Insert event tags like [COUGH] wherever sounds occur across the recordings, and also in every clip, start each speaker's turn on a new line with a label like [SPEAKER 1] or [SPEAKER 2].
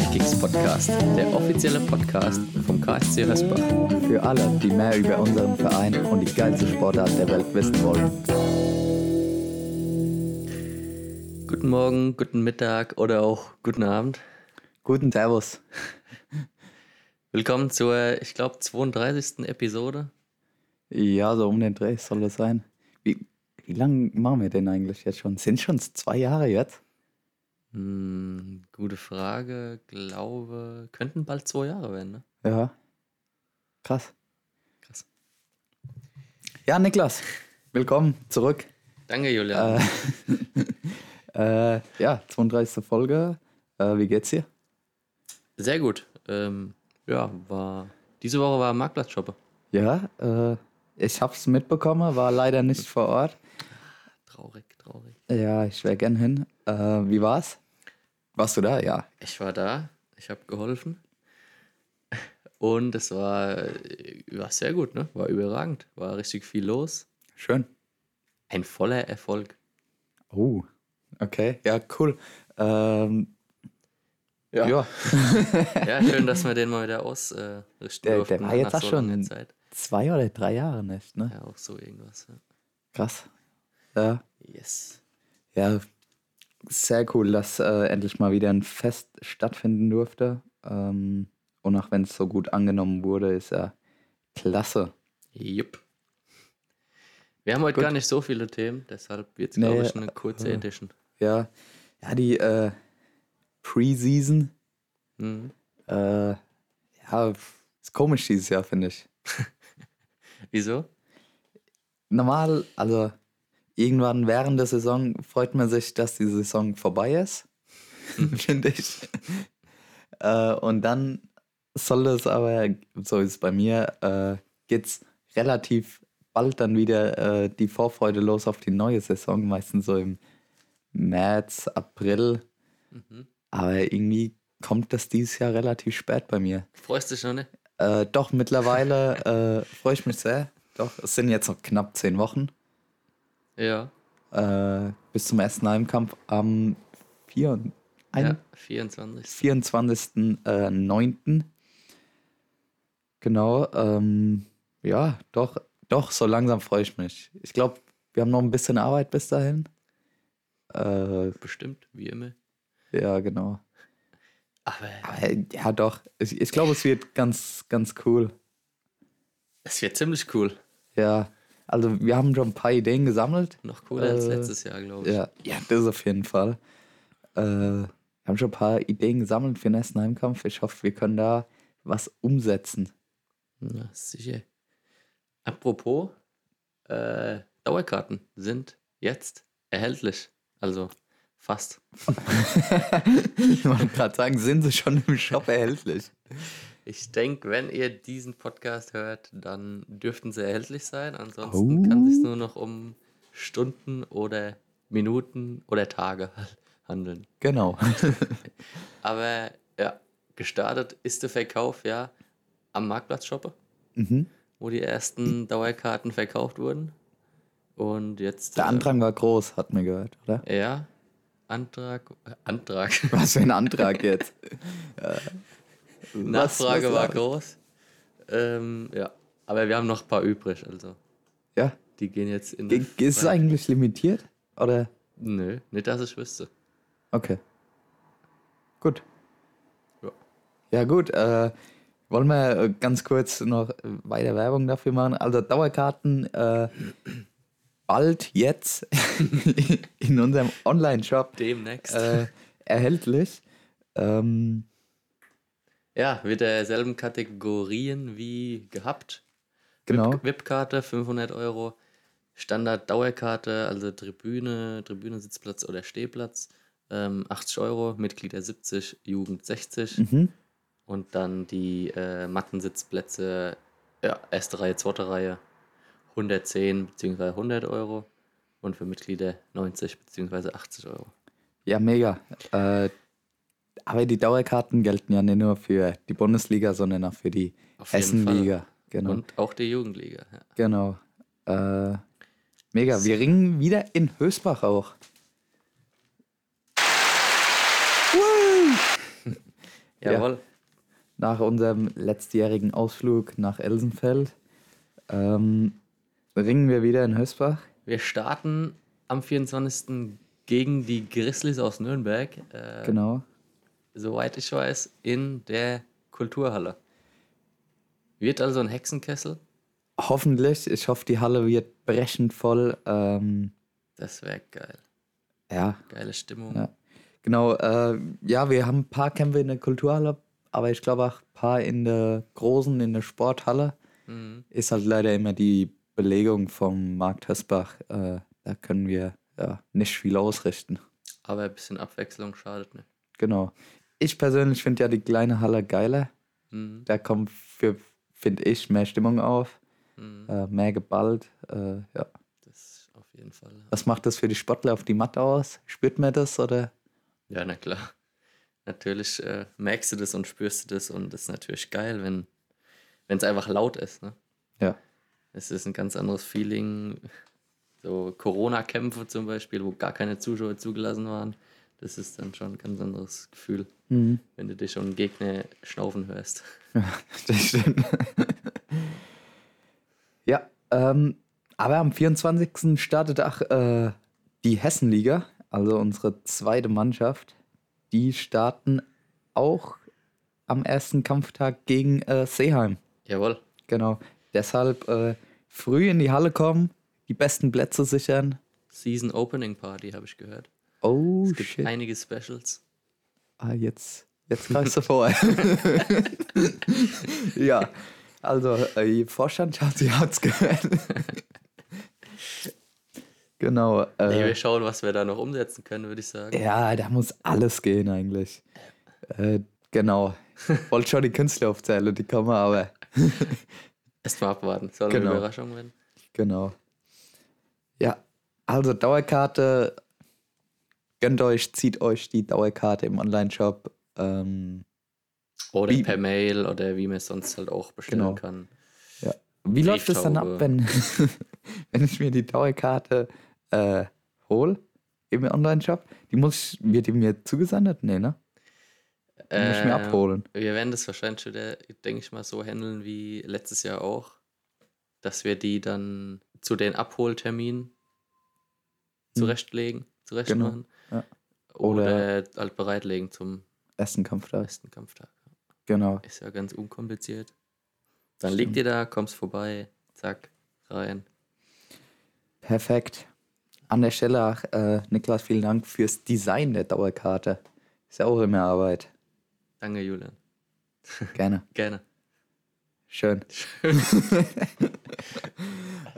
[SPEAKER 1] Podcast, der offizielle Podcast vom KSC Hösbach.
[SPEAKER 2] Für alle, die mehr über unseren Verein und die geilste Sportart der Welt wissen wollen.
[SPEAKER 1] Guten Morgen, guten Mittag oder auch guten Abend.
[SPEAKER 2] Guten Servus.
[SPEAKER 1] Willkommen zur, ich glaube, 32. Episode.
[SPEAKER 2] Ja, so um den Dreh soll das sein. Wie, wie lange machen wir denn eigentlich jetzt schon? Sind schon zwei Jahre jetzt?
[SPEAKER 1] Hm, gute Frage. Glaube, könnten bald zwei Jahre werden, ne?
[SPEAKER 2] Ja. Krass.
[SPEAKER 1] Krass.
[SPEAKER 2] Ja, Niklas, willkommen zurück.
[SPEAKER 1] Danke, Julian.
[SPEAKER 2] Äh, äh, ja, 32. Folge. Äh, wie geht's dir?
[SPEAKER 1] Sehr gut. Ähm, ja, war. Diese Woche war Marktplatzshoppe.
[SPEAKER 2] Ja, äh, ich hab's mitbekommen, war leider nicht vor Ort.
[SPEAKER 1] Traurig, traurig.
[SPEAKER 2] Ja, ich wäre gern hin. Äh, wie war's? Warst du da? Ja.
[SPEAKER 1] Ich war da, ich habe geholfen. Und es war, war sehr gut, ne? War überragend. War richtig viel los.
[SPEAKER 2] Schön.
[SPEAKER 1] Ein voller
[SPEAKER 2] [LAUGHS]
[SPEAKER 1] Erfolg.
[SPEAKER 2] Oh, okay. Ja, cool. Ähm, ja.
[SPEAKER 1] Ja. ja. schön, dass wir den mal wieder ausrichten äh,
[SPEAKER 2] der, der war jetzt auch so schon Zeit. zwei oder drei Jahre nicht, ne?
[SPEAKER 1] Ja, auch so irgendwas. Ja.
[SPEAKER 2] Krass. Ja.
[SPEAKER 1] Yes.
[SPEAKER 2] Ja, sehr cool, dass äh, endlich mal wieder ein Fest stattfinden durfte. Ähm, und auch wenn es so gut angenommen wurde, ist ja klasse.
[SPEAKER 1] Jupp. Wir haben heute gut. gar nicht so viele Themen, deshalb wird es, nee, glaube ich, eine kurze äh, Edition.
[SPEAKER 2] Ja, ja die äh, Preseason.
[SPEAKER 1] Mhm.
[SPEAKER 2] Äh, ja, ist komisch dieses Jahr, finde ich.
[SPEAKER 1] Wieso?
[SPEAKER 2] Normal, also irgendwann während der Saison freut man sich, dass die Saison vorbei ist, [LAUGHS] finde ich. Äh, und dann soll es aber, so ist es bei mir, äh, geht's relativ bald dann wieder äh, die Vorfreude los auf die neue Saison, meistens so im März, April.
[SPEAKER 1] Mhm.
[SPEAKER 2] Aber irgendwie kommt das dieses Jahr relativ spät bei mir.
[SPEAKER 1] Freust du dich noch nicht?
[SPEAKER 2] Äh, doch, mittlerweile äh, freue ich mich sehr. Doch, es sind jetzt noch knapp zehn Wochen.
[SPEAKER 1] Ja.
[SPEAKER 2] Äh, bis zum ersten Heimkampf am 4, ein,
[SPEAKER 1] ja, 24.
[SPEAKER 2] 24. Äh, 9. Genau. Ähm, ja, doch, doch, so langsam freue ich mich. Ich glaube, wir haben noch ein bisschen Arbeit bis dahin.
[SPEAKER 1] Äh, Bestimmt, wie immer.
[SPEAKER 2] Ja, genau.
[SPEAKER 1] Aber,
[SPEAKER 2] Aber ja, doch. Ich, ich glaube, es wird ganz, ganz cool.
[SPEAKER 1] Es wird ziemlich cool.
[SPEAKER 2] Ja, also wir haben schon ein paar Ideen gesammelt.
[SPEAKER 1] Noch cooler äh, als letztes Jahr, glaube ich.
[SPEAKER 2] Ja, ja, das auf jeden Fall. Äh, wir haben schon ein paar Ideen gesammelt für den ersten Heimkampf. Ich hoffe, wir können da was umsetzen. [LAUGHS]
[SPEAKER 1] Na, sicher. Apropos, äh, Dauerkarten sind jetzt erhältlich. Also fast.
[SPEAKER 2] ich wollte gerade sagen, sind sie schon im Shop erhältlich?
[SPEAKER 1] Ich denke, wenn ihr diesen Podcast hört, dann dürften sie erhältlich sein. Ansonsten oh. kann es sich nur noch um Stunden oder Minuten oder Tage [LAUGHS] handeln.
[SPEAKER 2] Genau.
[SPEAKER 1] Aber ja, gestartet ist der Verkauf ja am Marktplatz Shoppe,
[SPEAKER 2] [LAUGHS] mhm.
[SPEAKER 1] wo die ersten Dauerkarten verkauft wurden. Und jetzt.
[SPEAKER 2] Der Antrag äh, war groß, hat man gehört, oder?
[SPEAKER 1] Ja. Antrag. äh, Antrag.
[SPEAKER 2] Was für ein Antrag [LAUGHS] jetzt? äh.
[SPEAKER 1] Nachfrage was, was war groß. Ähm, ja, aber wir haben noch ein paar übrig, also.
[SPEAKER 2] Ja.
[SPEAKER 1] Die gehen jetzt in.
[SPEAKER 2] Ge ist es eigentlich limitiert? Oder?
[SPEAKER 1] Nö, nicht, dass ich wüsste.
[SPEAKER 2] Okay. Gut.
[SPEAKER 1] Ja,
[SPEAKER 2] ja gut. Äh, wollen wir ganz kurz noch weiter Werbung dafür machen? Also Dauerkarten äh, bald jetzt [LAUGHS] in unserem Online-Shop.
[SPEAKER 1] Demnächst.
[SPEAKER 2] Äh, erhältlich. Ähm,
[SPEAKER 1] ja, mit derselben Kategorien wie gehabt.
[SPEAKER 2] Genau.
[SPEAKER 1] VIP-Karte 500 Euro, Standard-Dauerkarte, also Tribüne, Tribüne, Sitzplatz oder Stehplatz, ähm, 80 Euro, Mitglieder 70, Jugend 60
[SPEAKER 2] mhm.
[SPEAKER 1] und dann die äh, Mattensitzplätze, ja, erste Reihe, zweite Reihe, 110 bzw. 100 Euro und für Mitglieder 90 bzw. 80 Euro.
[SPEAKER 2] Ja, mega. Äh, aber die Dauerkarten gelten ja nicht nur für die Bundesliga, sondern auch für die Hessenliga.
[SPEAKER 1] Genau. Und auch die Jugendliga. Ja.
[SPEAKER 2] Genau. Äh, mega. Wir ringen wieder in Hösbach auch.
[SPEAKER 1] ja, Jawohl.
[SPEAKER 2] nach unserem letztjährigen Ausflug nach Elsenfeld ähm, ringen wir wieder in Hösbach.
[SPEAKER 1] Wir starten am 24. gegen die Grizzlies aus Nürnberg. Äh,
[SPEAKER 2] Genau.
[SPEAKER 1] Soweit ich weiß, in der Kulturhalle. Wird also ein Hexenkessel.
[SPEAKER 2] Hoffentlich. Ich hoffe, die Halle wird brechend voll. Ähm,
[SPEAKER 1] Das wäre geil.
[SPEAKER 2] ja,
[SPEAKER 1] Geile Stimmung.
[SPEAKER 2] Ja. genau. Äh, ja, wir haben ein paar Kämpfe in der Kulturhalle, aber ich glaube auch ein paar in der großen, in der Sporthalle.
[SPEAKER 1] Mhm.
[SPEAKER 2] Ist halt leider immer die Belegung vom Markt Hösbach. Äh, da können wir ja, nicht viel ausrichten.
[SPEAKER 1] Aber ein bisschen Abwechslung schadet nicht.
[SPEAKER 2] Genau. Ich persönlich finde ja die kleine Halle geiler.
[SPEAKER 1] Mhm.
[SPEAKER 2] Da kommt für, finde ich, mehr Stimmung auf,
[SPEAKER 1] Mhm.
[SPEAKER 2] äh, mehr geballt. Äh, ja.
[SPEAKER 1] Das auf jeden Fall.
[SPEAKER 2] Was macht das für die Sportler auf die Matte aus? Spürt man das oder?
[SPEAKER 1] Ja, na klar. Natürlich äh, merkst du das und spürst du das und das ist natürlich geil, wenn es einfach laut ist. Ne?
[SPEAKER 2] Ja. [LAUGHS]
[SPEAKER 1] Es ist ein ganz anderes Feeling. So Corona-Kämpfe zum Beispiel, wo gar keine Zuschauer zugelassen waren. Das ist dann schon ein ganz anderes Gefühl,
[SPEAKER 2] Mhm.
[SPEAKER 1] wenn du dich um Gegner schnaufen hörst.
[SPEAKER 2] Das stimmt. ja, ähm, aber am 24. startet auch äh, die Hessenliga, also unsere zweite Mannschaft. Die starten auch am ersten Kampftag gegen äh, Seeheim.
[SPEAKER 1] Jawohl.
[SPEAKER 2] Genau. Deshalb äh, früh in die Halle kommen, die besten Plätze sichern.
[SPEAKER 1] Season Opening Party, habe ich gehört.
[SPEAKER 2] Oh,
[SPEAKER 1] Es gibt
[SPEAKER 2] shit.
[SPEAKER 1] einige Specials.
[SPEAKER 2] Ah, jetzt, jetzt greifst du [LAUGHS] vor. ja, also äh, ihr Vorstand hat sie hat's gehört. genau.
[SPEAKER 1] Nee,
[SPEAKER 2] Äh,
[SPEAKER 1] wir schauen, was wir da noch umsetzen können, würde ich sagen.
[SPEAKER 2] ja, da muss alles gehen eigentlich. Äh, genau. Wollte schon die Künstler aufzählen, die kommen aber.
[SPEAKER 1] Erstmal abwarten. Soll
[SPEAKER 2] Genau.
[SPEAKER 1] eine Überraschung werden.
[SPEAKER 2] Genau. Ja, also Dauerkarte. Gönnt euch, zieht euch die Dauerkarte im Online-Shop. Ähm,
[SPEAKER 1] Oder
[SPEAKER 2] Wie-
[SPEAKER 1] per Mail oder wie man es sonst halt auch bestellen
[SPEAKER 2] Genau.
[SPEAKER 1] kann.
[SPEAKER 2] Wie läuft es dann ab,
[SPEAKER 1] Brieftaube.
[SPEAKER 2] wenn, [LAUGHS] wenn ich mir die Dauerkarte äh, hole im Online-Shop? Die muss ich, wird die mir zugesendet? Nee, ne? Die muss ich mir
[SPEAKER 1] Ähm,
[SPEAKER 2] abholen.
[SPEAKER 1] Wir werden das wahrscheinlich wieder, denke ich mal, so handeln wie letztes Jahr auch. Dass wir die dann zu den Abholterminen zurechtlegen, zurecht
[SPEAKER 2] Genau,
[SPEAKER 1] machen.
[SPEAKER 2] ja.
[SPEAKER 1] Oder, halt bereitlegen zum
[SPEAKER 2] Ersten Kampf da.
[SPEAKER 1] nächsten Kampftag.
[SPEAKER 2] Genau.
[SPEAKER 1] Ist ja ganz unkompliziert. Dann
[SPEAKER 2] Stimmt.
[SPEAKER 1] liegt ihr da, kommst vorbei, zack, rein.
[SPEAKER 2] Perfekt. An der Stelle, auch, äh, Niklas, vielen Dank fürs Design der Dauerkarte. Ist ja auch immer Arbeit.
[SPEAKER 1] Danke, Julian.
[SPEAKER 2] Gerne.
[SPEAKER 1] Gerne.
[SPEAKER 2] Schön. [LAUGHS]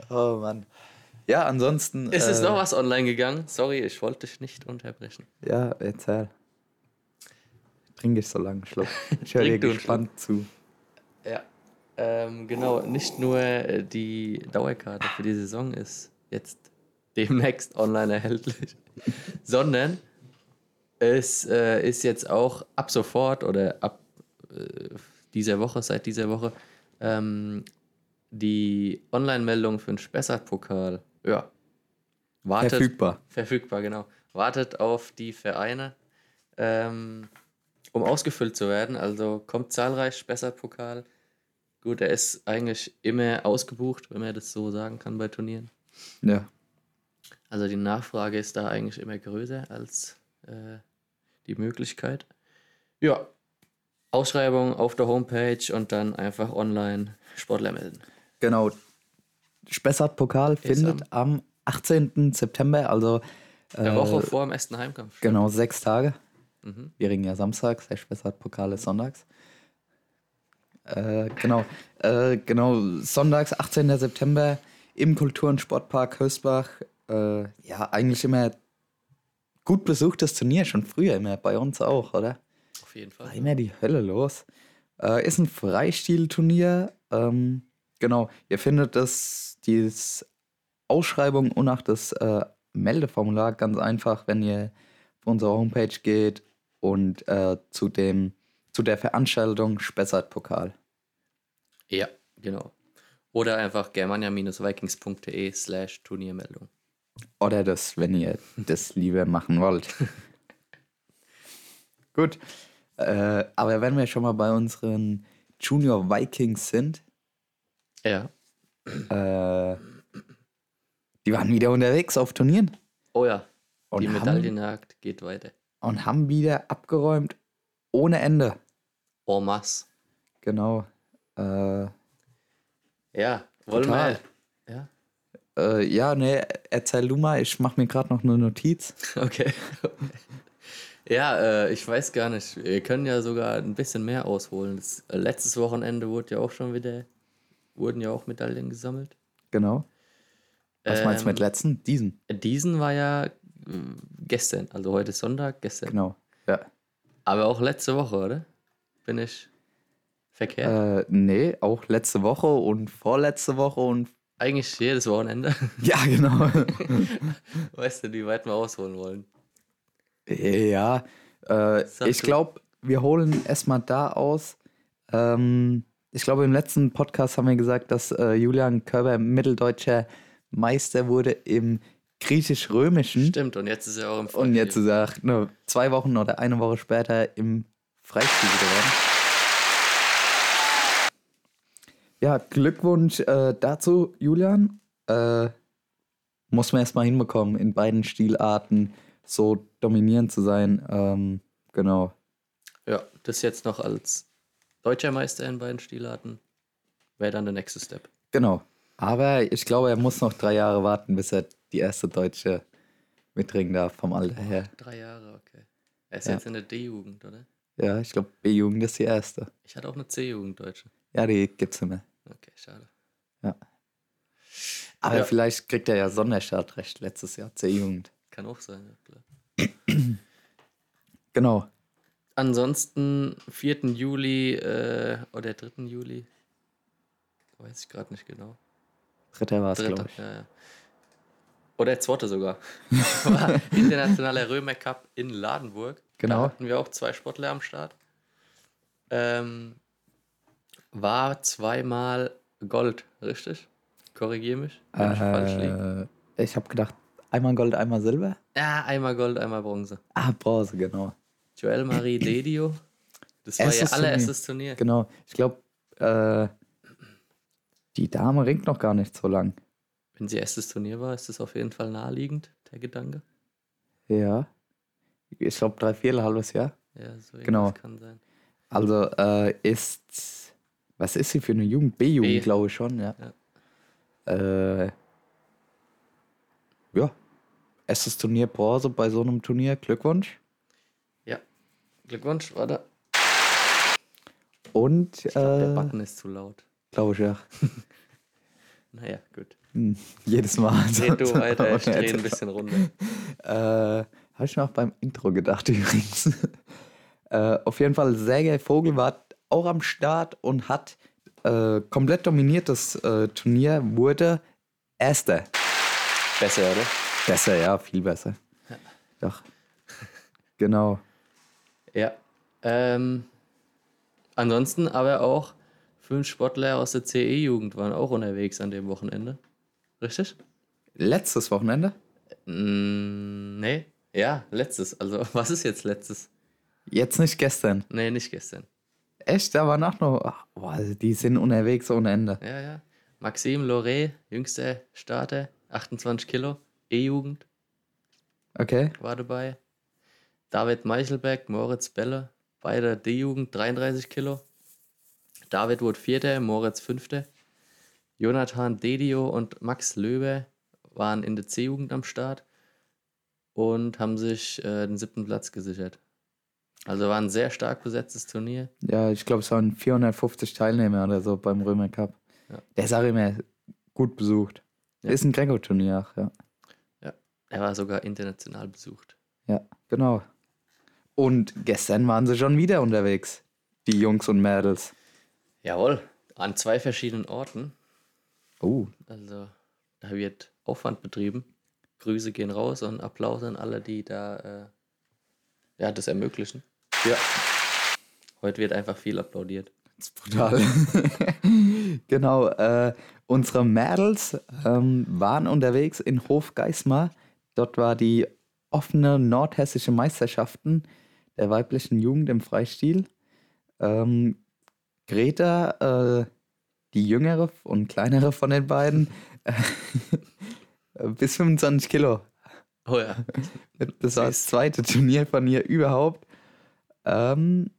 [SPEAKER 2] oh Mann. Ja, ansonsten.
[SPEAKER 1] Ist es
[SPEAKER 2] äh,
[SPEAKER 1] noch was online gegangen? Sorry, ich wollte dich nicht unterbrechen.
[SPEAKER 2] Ja, erzähl. Trink ich so lange
[SPEAKER 1] [LAUGHS]
[SPEAKER 2] einen Schluck. Ich höre dir
[SPEAKER 1] Trink du einen
[SPEAKER 2] gespannt zu.
[SPEAKER 1] Ja, ähm, genau. Nicht nur äh, die Dauerkarte für die Saison ist jetzt [LAUGHS] demnächst online erhältlich, [LAUGHS] sondern es äh, ist jetzt auch ab sofort oder ab äh, dieser Woche, seit dieser Woche, ähm, die Online-Meldung für den Spessart-Pokal. Ja. Wartet
[SPEAKER 2] Verfügbar.
[SPEAKER 1] verfügbar, genau. Wartet auf die Vereine, ähm, um ausgefüllt zu werden. Also kommt zahlreich, Spessart-Pokal. Gut, er ist eigentlich immer ausgebucht, wenn man das so sagen kann bei Turnieren.
[SPEAKER 2] Ja.
[SPEAKER 1] Also die Nachfrage ist da eigentlich immer größer als äh, die Möglichkeit. Ja, Ausschreibung auf der Homepage und dann einfach online Sportler melden.
[SPEAKER 2] Genau. Spessart-Pokal findet am 18. September, also
[SPEAKER 1] Eine
[SPEAKER 2] äh,
[SPEAKER 1] Woche vor dem ersten Heimkampf.
[SPEAKER 2] genau sechs Tage.
[SPEAKER 1] Mhm.
[SPEAKER 2] Wir reden ja samstags, der Spessart-Pokal ist sonntags. Äh, genau, äh, genau, sonntags, 18. September im Kultur- und Sportpark Hösbach. Äh, ja, eigentlich immer gut besuchtes Turnier, schon früher immer, bei uns auch, oder?
[SPEAKER 1] Auf jeden
[SPEAKER 2] war
[SPEAKER 1] Fall.
[SPEAKER 2] immer die Hölle los. Äh, ist ein Freistilturnier. Ähm, genau, ihr findet das, die Ausschreibung und auch das äh, Meldeformular ganz einfach, wenn ihr auf unsere Homepage geht und äh, zu, dem, zu der Veranstaltung Spessart-Pokal.
[SPEAKER 1] Ja, genau. Oder einfach germania-vikings.de slash Turniermeldung.
[SPEAKER 2] Oder das, wenn ihr das lieber machen wollt. [LAUGHS] Gut. Äh, aber wenn wir schon mal bei unseren Junior Vikings sind,
[SPEAKER 1] Ja.
[SPEAKER 2] äh, die waren wieder unterwegs auf Turnieren
[SPEAKER 1] Oh ja,
[SPEAKER 2] und,
[SPEAKER 1] die
[SPEAKER 2] haben,
[SPEAKER 1] Medaillenjagd geht weiter.
[SPEAKER 2] und haben wieder abgeräumt ohne Ende.
[SPEAKER 1] En masse.
[SPEAKER 2] Genau. Äh,
[SPEAKER 1] Ja, wollen
[SPEAKER 2] Total.
[SPEAKER 1] wir. Ja, [LAUGHS]
[SPEAKER 2] äh, ja, nee, erzähl du mal, ich mache mir gerade noch eine Notiz.
[SPEAKER 1] okay. ja, äh, ich weiß gar nicht. Wir können ja sogar ein bisschen mehr ausholen. Das, äh, letztes Wochenende wurde ja auch schon wieder, wurden ja auch Medaillen gesammelt.
[SPEAKER 2] Genau. Was meinst du
[SPEAKER 1] Ähm.
[SPEAKER 2] mit letzten? Diesen.
[SPEAKER 1] Diesen war ja äh, gestern, also heute ist Sonntag, gestern.
[SPEAKER 2] Genau. Ja.
[SPEAKER 1] Aber auch letzte Woche, oder? Bin ich verkehrt?
[SPEAKER 2] Äh, nee, auch letzte Woche und vorletzte Woche und. [LAUGHS]
[SPEAKER 1] Eigentlich jedes Wochenende.
[SPEAKER 2] Ja, genau.
[SPEAKER 1] [LAUGHS] weißt du, wie weit wir ausholen wollen.
[SPEAKER 2] ja. Äh,
[SPEAKER 1] Sag
[SPEAKER 2] ich
[SPEAKER 1] du.
[SPEAKER 2] glaube, wir holen erstmal da aus. Ähm, ich glaube, im letzten Podcast haben wir gesagt, dass äh, Julian Körber mitteldeutscher Meister wurde im griechisch-römischen.
[SPEAKER 1] Stimmt, und jetzt ist er auch im
[SPEAKER 2] Hm? Und jetzt
[SPEAKER 1] Freistil.
[SPEAKER 2] ist er nur zwei Wochen oder eine Woche später im Freistil geworden. Ja, Glückwunsch äh, dazu, Julian. Äh, muss man erstmal hinbekommen, in beiden Stilarten so dominierend zu sein. Ähm, genau.
[SPEAKER 1] Ja, das jetzt noch als deutscher Meister in beiden Stilarten. Wäre dann der nächste Step.
[SPEAKER 2] Genau. Aber ich glaube, er muss noch drei Jahre warten, bis er die erste Deutsche mitringen darf, vom Alter her.
[SPEAKER 1] Drei Jahre, okay. Er ist
[SPEAKER 2] Ja.
[SPEAKER 1] jetzt in der D-Jugend, oder?
[SPEAKER 2] Ja, ich glaube, B-Jugend ist die erste.
[SPEAKER 1] Ich hatte auch eine C-Jugend, Deutsche.
[SPEAKER 2] Ja, die gibt's nicht mehr.
[SPEAKER 1] Okay, schade.
[SPEAKER 2] Aber
[SPEAKER 1] Ja.
[SPEAKER 2] vielleicht kriegt er ja Sonderstartrecht letztes Jahr zur Jugend.
[SPEAKER 1] Kann auch sein, ja, klar.
[SPEAKER 2] Genau.
[SPEAKER 1] Ansonsten, 4. Juli äh, oder 3. Juli, weiß ich gerade nicht genau.
[SPEAKER 2] Dritter war es,
[SPEAKER 1] Dritter,
[SPEAKER 2] glaube ich.
[SPEAKER 1] ja, ja. Oder zweiter
[SPEAKER 2] [LAUGHS]
[SPEAKER 1] sogar. War Internationaler Römer Cup in Ladenburg.
[SPEAKER 2] Genau.
[SPEAKER 1] Da hatten wir auch zwei Sportler am Start. Ähm, war zweimal Gold, richtig? Korrigiere mich, wenn ich falsch liege.
[SPEAKER 2] Äh, ich habe gedacht, einmal Gold, einmal Silber.
[SPEAKER 1] Ja, einmal Gold, einmal Bronze.
[SPEAKER 2] Ah, Bronze, genau.
[SPEAKER 1] Joel Marie
[SPEAKER 2] [CLEARS THROAT]
[SPEAKER 1] Dedio. Das war
[SPEAKER 2] Erstes
[SPEAKER 1] ihr allererstes Turnier.
[SPEAKER 2] Genau. Ich glaube, äh, die Dame ringt noch gar nicht so lang.
[SPEAKER 1] Wenn sie erstes Turnier war, ist das auf jeden Fall naheliegend, der Gedanke.
[SPEAKER 2] Ja. Ich glaube, drei Viertel, halbes Jahr.
[SPEAKER 1] Ja, so irgendwas
[SPEAKER 2] Genau.
[SPEAKER 1] kann sein.
[SPEAKER 2] Also äh, ist. Was ist sie für eine Jugend? B-Jugend,
[SPEAKER 1] B.
[SPEAKER 2] glaube ich schon, ja. Ja. Äh, ja. Erstes Turnier Bronze bei so einem Turnier. Glückwunsch.
[SPEAKER 1] Ja. Glückwunsch, warte.
[SPEAKER 2] Und,
[SPEAKER 1] Ich glaube, der
[SPEAKER 2] äh,
[SPEAKER 1] Button ist zu laut.
[SPEAKER 2] glaube ich, ja. [LAUGHS]
[SPEAKER 1] Naja, gut.
[SPEAKER 2] Hm, Jedes Mal. [LAUGHS]
[SPEAKER 1] Red du weiter, ich drehe ein
[SPEAKER 2] Äh,
[SPEAKER 1] bisschen runter.
[SPEAKER 2] Habe Äh, ich mir auch beim Intro gedacht, [LAUGHS] übrigens. äh, auf jeden Fall, Sergei Vogel war auch am Start und hat äh, komplett dominiert das äh, Turnier, wurde Erster.
[SPEAKER 1] Besser, oder?
[SPEAKER 2] Besser, ja, viel besser. Doch. Genau.
[SPEAKER 1] Ja. Ähm, ansonsten aber auch fünf Sportler aus der CE-Jugend waren auch unterwegs an dem Wochenende. Richtig?
[SPEAKER 2] Letztes Wochenende?
[SPEAKER 1] Mm, nee. Ja, letztes. Also, [LAUGHS] was ist jetzt letztes?
[SPEAKER 2] Jetzt nicht gestern.
[SPEAKER 1] Nee, nicht gestern.
[SPEAKER 2] Echt, da war noch noch. Ach, boah, also die sind unterwegs ohne Ende.
[SPEAKER 1] Ja, ja. Maxim Loré, jüngster Starter, 28 Kilo, E-Jugend
[SPEAKER 2] Okay.
[SPEAKER 1] war dabei. David Meichelberg, Moritz Belle, beide D-Jugend, 33 Kilo. David wurde Vierter, Moritz Fünfter. Jonathan Dedio und Max Löber waren in der C-Jugend am Start und haben sich äh, den siebten Platz gesichert. Also war ein sehr stark besetztes Turnier.
[SPEAKER 2] Ja, ich glaube, es waren 450 Teilnehmer oder so beim Römer Cup.
[SPEAKER 1] Ja.
[SPEAKER 2] Der ist auch immer gut besucht.
[SPEAKER 1] Ja.
[SPEAKER 2] Ist ein Greco-Turnier, ach, ja.
[SPEAKER 1] Er war sogar international besucht.
[SPEAKER 2] Ja, genau. Und gestern waren sie schon wieder unterwegs. Die Jungs und Mädels.
[SPEAKER 1] Jawohl, an zwei verschiedenen Orten.
[SPEAKER 2] Oh,
[SPEAKER 1] Also da wird Aufwand betrieben. Grüße gehen raus und Applaus an alle, die da äh, ja, das ermöglichen.
[SPEAKER 2] Ja.
[SPEAKER 1] Heute wird einfach viel applaudiert.
[SPEAKER 2] Das ist brutal. [LAUGHS] genau. Äh, unsere Mädels ähm, waren unterwegs in Hofgeismar. Dort war die offene nordhessische Meisterschaften. der weiblichen Jugend im Freistil. Ähm, Greta, äh, die jüngere und kleinere von den beiden, [LAUGHS] äh, bis 25 Kilo.
[SPEAKER 1] Oh ja.
[SPEAKER 2] Das war das zweite [LAUGHS] Turnier von ihr überhaupt. Ähm,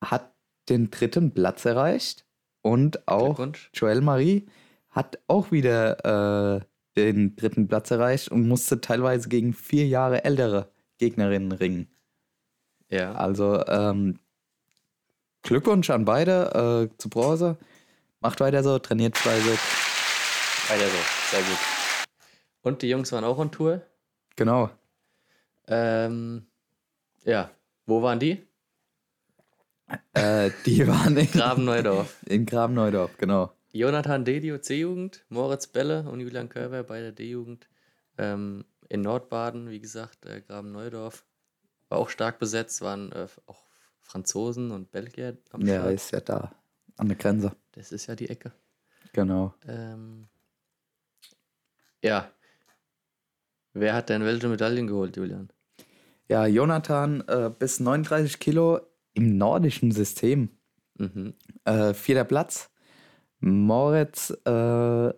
[SPEAKER 2] hat den dritten Platz erreicht und auch
[SPEAKER 1] Glückwunsch.
[SPEAKER 2] Joel Marie hat auch wieder äh, den dritten Platz erreicht und musste teilweise gegen vier Jahre ältere Gegnerinnen ringen.
[SPEAKER 1] Ja.
[SPEAKER 2] Also ähm, Glückwunsch an beide äh, zu Bronze. Macht weiter so, trainiert fleißig.
[SPEAKER 1] Weiter so. Sehr gut. Und die Jungs waren auch on Tour.
[SPEAKER 2] Genau.
[SPEAKER 1] Ähm, ja. Wo waren die?
[SPEAKER 2] Äh, die [LAUGHS] waren in,
[SPEAKER 1] Graben Neudorf.
[SPEAKER 2] in Graben-Neudorf, genau.
[SPEAKER 1] Jonathan Delio C-Jugend, Moritz Belle und Julian Körber bei der D-Jugend. Ähm, in Nordbaden, wie gesagt, äh, Graben Neudorf. War auch stark besetzt, waren äh, auch Franzosen und Belgier am
[SPEAKER 2] Ja,
[SPEAKER 1] Start.
[SPEAKER 2] ist ja da an der Grenze.
[SPEAKER 1] Das ist ja die Ecke.
[SPEAKER 2] Genau.
[SPEAKER 1] Ähm, ja. Wer hat denn welche Medaillen geholt, Julian?
[SPEAKER 2] Ja, Jonathan äh, bis 39 Kilo im nordischen System.
[SPEAKER 1] Mhm.
[SPEAKER 2] Äh, vierter Platz. Moritz äh,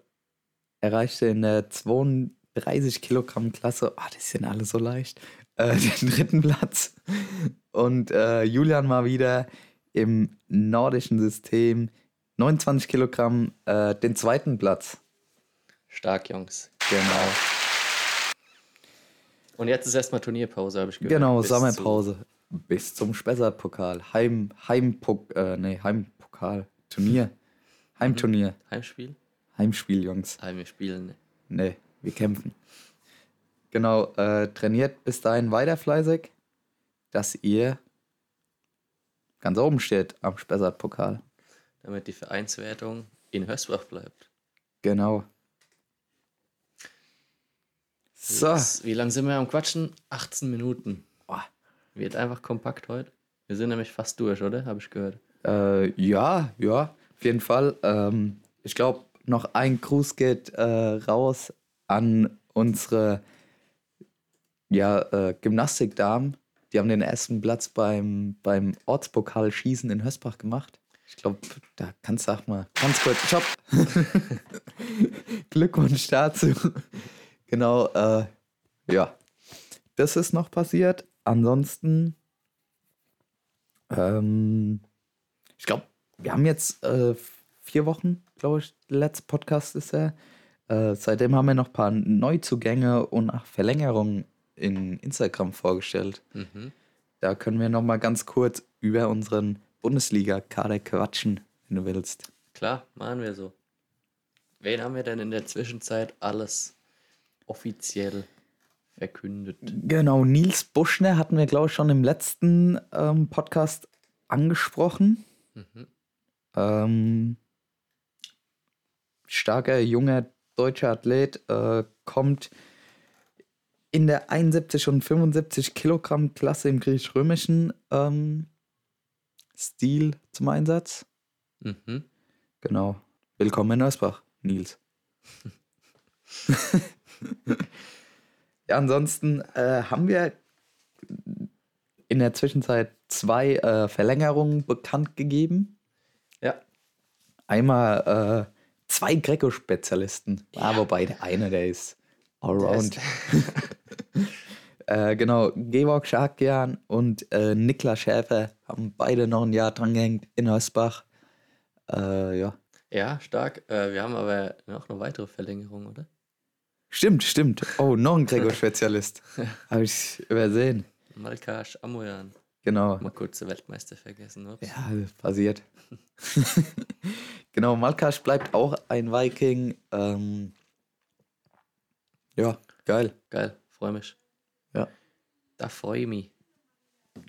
[SPEAKER 2] erreichte in der 32 Kilogramm Klasse, ah, die sind alle so leicht, äh, [LAUGHS] den dritten Platz. Und äh, Julian mal wieder im nordischen System 29 Kilogramm äh, den zweiten Platz.
[SPEAKER 1] Stark, Jungs.
[SPEAKER 2] Genau.
[SPEAKER 1] Und jetzt ist erstmal Turnierpause, habe ich gehört.
[SPEAKER 2] Genau,
[SPEAKER 1] Bis
[SPEAKER 2] Sommerpause. Bis zum Spessart-Pokal. Heim, Heimpok, äh, nee, Heimpokal. Turnier. Mhm. Heimturnier.
[SPEAKER 1] zu Heimspiel?
[SPEAKER 2] Heimspiel, Jungs.
[SPEAKER 1] Ah, wir spielen.
[SPEAKER 2] Nee, wir kämpfen. Genau, äh, trainiert bis dahin weiter fleißig, dass ihr ganz oben steht am Spessart-Pokal.
[SPEAKER 1] damit die Vereinswertung in Hörsbach bleibt.
[SPEAKER 2] Genau. So. Oh.
[SPEAKER 1] Jetzt, Wie lange sind wir am Quatschen? 18 Minuten.
[SPEAKER 2] Boah.
[SPEAKER 1] Wird einfach kompakt heute. Wir sind nämlich fast durch, oder? Habe ich gehört.
[SPEAKER 2] Äh, ja, ja, auf jeden Fall. Ähm, ich glaube, noch ein Gruß geht äh, raus an unsere ja, äh, Gymnastikdamen. Die haben den ersten Platz beim, beim Ortspokalschießen in Hösbach gemacht. Ich glaube, da kannst du auch mal ganz kurz. Stopp! [LAUGHS] Glückwunsch dazu. genau, äh, ja. Das ist noch passiert. Ansonsten. Ähm, ich glaube, wir haben jetzt äh, vier Wochen, glaube ich, der letzte Podcast ist er. Äh, seitdem haben wir noch ein paar Neuzugänge und auch Verlängerungen in Instagram vorgestellt.
[SPEAKER 1] Mhm.
[SPEAKER 2] Da können wir noch mal ganz kurz über unseren Bundesliga-Kader quatschen, wenn du willst.
[SPEAKER 1] Klar, machen wir so. Wen haben wir denn in der Zwischenzeit alles offiziell verkündet?
[SPEAKER 2] Genau, Nils Buschner hatten wir, glaube ich, schon im letzten ähm, Podcast angesprochen.
[SPEAKER 1] Mhm.
[SPEAKER 2] Ähm, starker, junger deutscher Athlet äh, kommt in der 71 und 75 Kilogramm Klasse im griechisch-römischen ähm, Stil zum Einsatz.
[SPEAKER 1] Mhm.
[SPEAKER 2] Genau. Willkommen in Neusbach, Nils. [LAUGHS] ja, ansonsten äh, haben wir in der Zwischenzeit zwei äh, Verlängerungen bekannt gegeben.
[SPEAKER 1] Ja.
[SPEAKER 2] Einmal äh, zwei Greco-Spezialisten. Ah,
[SPEAKER 1] Ja.
[SPEAKER 2] wobei der eine, der ist allround.
[SPEAKER 1] ist-
[SPEAKER 2] [LAUGHS] äh, genau, Georg Scharkian und äh, Niklas Schäfer haben beide noch ein Jahr drangehängt in Hösbach. Äh, ja.
[SPEAKER 1] Ja, stark. Äh, wir haben aber noch eine weitere Verlängerung, oder?
[SPEAKER 2] Stimmt, stimmt. Oh, noch ein Gregor-Spezialist. Habe ich übersehen.
[SPEAKER 1] Malkash Amoyan.
[SPEAKER 2] Genau.
[SPEAKER 1] Mal kurz den Weltmeister vergessen. Ups.
[SPEAKER 2] Ja, das passiert. [LAUGHS] genau, Malkasch bleibt auch ein Viking. Ähm, ja, geil.
[SPEAKER 1] Geil, freue mich.
[SPEAKER 2] Ja.
[SPEAKER 1] Da freue ich mich.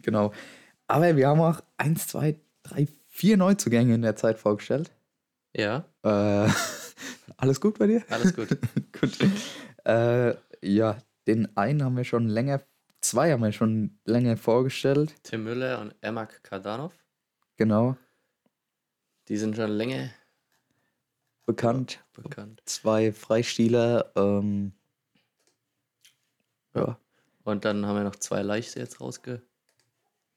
[SPEAKER 2] Genau. Aber wir haben auch 1, 2, 3, 4 Neuzugänge in der Zeit vorgestellt.
[SPEAKER 1] Ja,
[SPEAKER 2] Äh, [LAUGHS] alles gut bei dir?
[SPEAKER 1] alles
[SPEAKER 2] [LAUGHS]
[SPEAKER 1] gut.
[SPEAKER 2] Gut. Äh, ja, den einen haben wir schon länger, zwei haben wir schon länger vorgestellt.
[SPEAKER 1] Tim Müller und Emak Kardanov,
[SPEAKER 2] Genau,
[SPEAKER 1] die sind schon länger
[SPEAKER 2] bekannt.
[SPEAKER 1] bekannt.
[SPEAKER 2] zwei Freistiler. Ähm, ja,
[SPEAKER 1] Und dann haben wir noch zwei Leichte jetzt rausgehauen.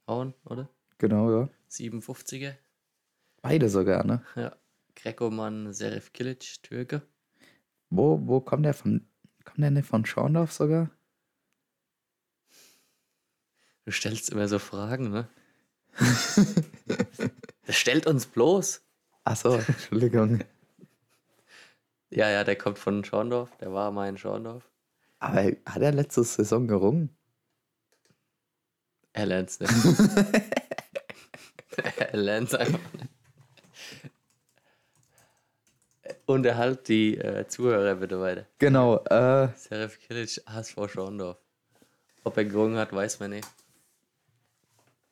[SPEAKER 1] Frauen, oder?
[SPEAKER 2] Genau, ja.
[SPEAKER 1] 57er.
[SPEAKER 2] Beide sogar, ne?
[SPEAKER 1] [LAUGHS] Ja. Grekoman Serif Kilic, Türke.
[SPEAKER 2] Wo, wo kommt der von? Kommt der nicht von Schorndorf sogar?
[SPEAKER 1] Du stellst immer so Fragen, ne? das stellt uns bloß.
[SPEAKER 2] Achso, [LAUGHS] Entschuldigung.
[SPEAKER 1] Ja, ja, der kommt von Schorndorf. Der war mal in Schorndorf.
[SPEAKER 2] Aber hat er letzte Saison gerungen?
[SPEAKER 1] Er lernt's nicht. [LAUGHS] er lernt's einfach nicht. Äh, Unterhalt die äh, Zuhörer bitte weiter.
[SPEAKER 2] Genau, äh,
[SPEAKER 1] Serif Kilic, HSV Schorndorf. Ob er gerungen hat, weiß man nicht.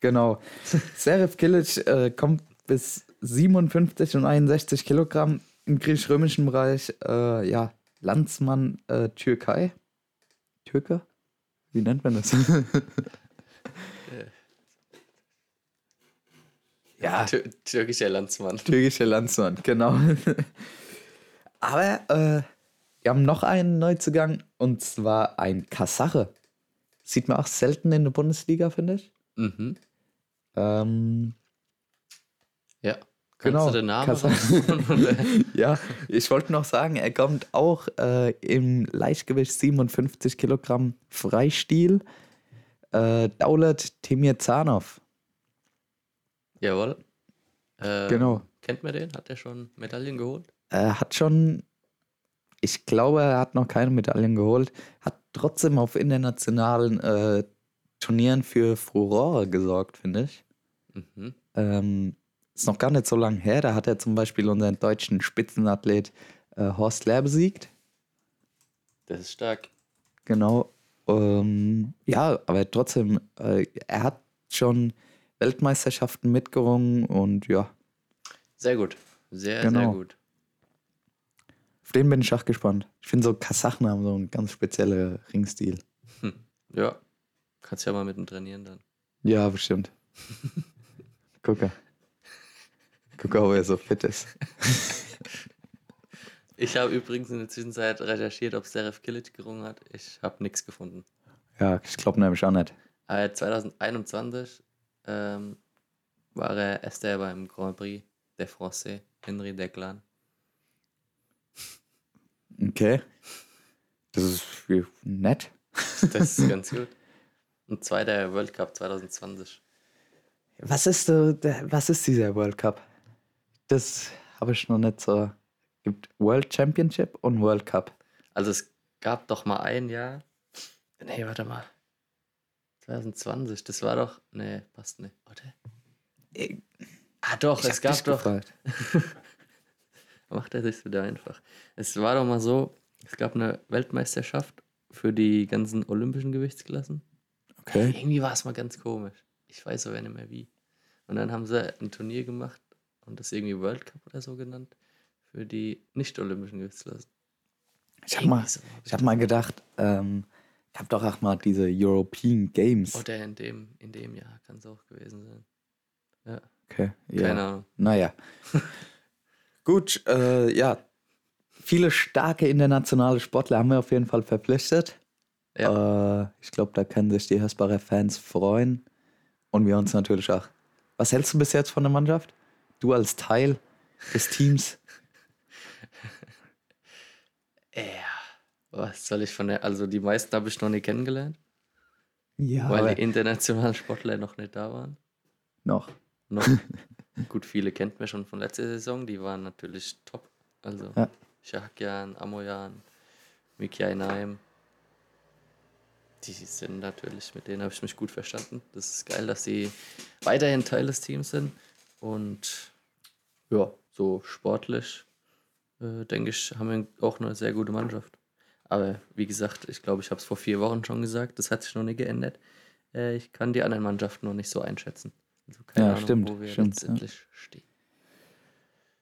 [SPEAKER 2] genau. Serif Kilic äh, kommt bis 57 und 61 Kilogramm im griechisch-römischen Bereich. Äh, ja, Landsmann äh, Türkei. Türke? Wie nennt man das? ja,
[SPEAKER 1] Tür türkischer Landsmann.
[SPEAKER 2] türkische Landsmann, genau. Aber äh, wir haben noch einen Neuzugang und zwar ein Kasache. Sieht man auch selten in der Bundesliga, finde ich.
[SPEAKER 1] Mhm.
[SPEAKER 2] Ähm,
[SPEAKER 1] Ja. Kannst
[SPEAKER 2] Genau,
[SPEAKER 1] du den Namen?
[SPEAKER 2] Kasan-
[SPEAKER 1] raussuchen?
[SPEAKER 2] ja, ich wollte noch sagen, er kommt auch äh, im Leichtgewicht 57 Kilogramm Freistil. Äh, Daulat Temirzanov.
[SPEAKER 1] Jawohl. Äh,
[SPEAKER 2] Genau.
[SPEAKER 1] Kennt man den? Hat der schon Medaillen geholt?
[SPEAKER 2] Äh, Er hat schon, ich glaube, er hat noch keine Medaillen geholt, hat trotzdem auf internationalen äh, Turnieren für Furore gesorgt, finde ich.
[SPEAKER 1] Mhm.
[SPEAKER 2] Ähm, ist noch gar nicht so lange her, da hat er zum Beispiel unseren deutschen Spitzenathlet äh, Horst Lehr besiegt.
[SPEAKER 1] Das ist stark.
[SPEAKER 2] Genau. Ähm, ja, aber trotzdem, äh, er hat schon Weltmeisterschaften mitgerungen und ja,
[SPEAKER 1] Sehr gut. Sehr, sehr
[SPEAKER 2] Genau.
[SPEAKER 1] gut.
[SPEAKER 2] auf den bin ich auch gespannt. Ich finde so Kasachen haben so einen ganz speziellen Ringstil.
[SPEAKER 1] Ja. Kannst ja mal mit dem trainieren dann.
[SPEAKER 2] Ja, [LAUGHS] bestimmt. Gucke. Gucke, ob er so fit ist.
[SPEAKER 1] Ich habe übrigens in der Zwischenzeit recherchiert, ob Serif Kilic gerungen hat. Ich habe nichts gefunden.
[SPEAKER 2] Ja, ich glaube nämlich auch nicht.
[SPEAKER 1] Aber 2021 Äh, ähm, war er erster beim Grand Prix der Francais, Henri Declan.
[SPEAKER 2] Okay. Das ist wie- nett.
[SPEAKER 1] Das ist ganz
[SPEAKER 2] [LAUGHS]
[SPEAKER 1] gut. Und zweiter World Cup 2020.
[SPEAKER 2] Was ist, so der, was ist dieser World Cup? Das habe ich noch nicht so. gibt World Championship und World Cup.
[SPEAKER 1] Also es gab doch mal ein Jahr. Nee, warte mal. 2020, das war doch. Nee, passt nicht, oder?
[SPEAKER 2] Ich-
[SPEAKER 1] Ah doch,
[SPEAKER 2] Äh, Ich
[SPEAKER 1] es
[SPEAKER 2] hab
[SPEAKER 1] gab
[SPEAKER 2] dich
[SPEAKER 1] doch.
[SPEAKER 2] gefragt.
[SPEAKER 1] Macht er sich wieder einfach. Es war doch mal so, es gab eine Weltmeisterschaft für die ganzen olympischen Gewichtsklassen.
[SPEAKER 2] Okay.
[SPEAKER 1] [LAUGHS] Irgendwie war es mal ganz komisch. Ich weiß aber nicht mehr wie. Und dann haben sie ein Turnier gemacht und das irgendwie World Cup oder so genannt für die nicht-olympischen Gewichtsklassen.
[SPEAKER 2] Ich habe mal,
[SPEAKER 1] Irgendwie so hab
[SPEAKER 2] ich hab mal gedacht, ähm, gab doch auch mal diese European Games.
[SPEAKER 1] Oder Oh, in dem, in dem Jahr kann es auch gewesen sein. Ja,
[SPEAKER 2] Okay. Ja.
[SPEAKER 1] keine Ahnung. [LAUGHS]
[SPEAKER 2] Naja. Gut, äh, ja. Viele starke internationale Sportler haben wir auf jeden Fall verpflichtet. Äh, ich glaube, da können sich die Hörsbacher Fans freuen. Und wir uns natürlich auch. Was hältst du bis jetzt von der Mannschaft? Du als Teil des Teams.
[SPEAKER 1] Ja. Was soll ich von der. Also die meisten habe ich noch nie kennengelernt,
[SPEAKER 2] Ja,
[SPEAKER 1] weil
[SPEAKER 2] Ah, aber
[SPEAKER 1] die
[SPEAKER 2] [LAUGHS]
[SPEAKER 1] internationalen Sportler noch nicht da waren.
[SPEAKER 2] noch. [LAUGHS]
[SPEAKER 1] Noch. Gut, viele kennt man schon von letzter Saison, die waren natürlich top. Also
[SPEAKER 2] Ja.
[SPEAKER 1] Schakjan, Amoyan, Mikia Naim. Die sind natürlich, mit denen habe ich mich gut verstanden. Das ist geil, dass sie weiterhin Teil des Teams sind. Und ja, so sportlich, äh, denke ich, haben wir auch eine sehr gute Mannschaft. Aber wie gesagt, ich glaube, ich habe es vor vier Wochen schon gesagt, das hat sich noch nicht geändert. Äh, ich kann die anderen Mannschaften noch nicht so einschätzen. Also keine
[SPEAKER 2] Ja,
[SPEAKER 1] Ahnung,
[SPEAKER 2] stimmt,
[SPEAKER 1] wo wir
[SPEAKER 2] stimmt, ja.
[SPEAKER 1] letztendlich stehen.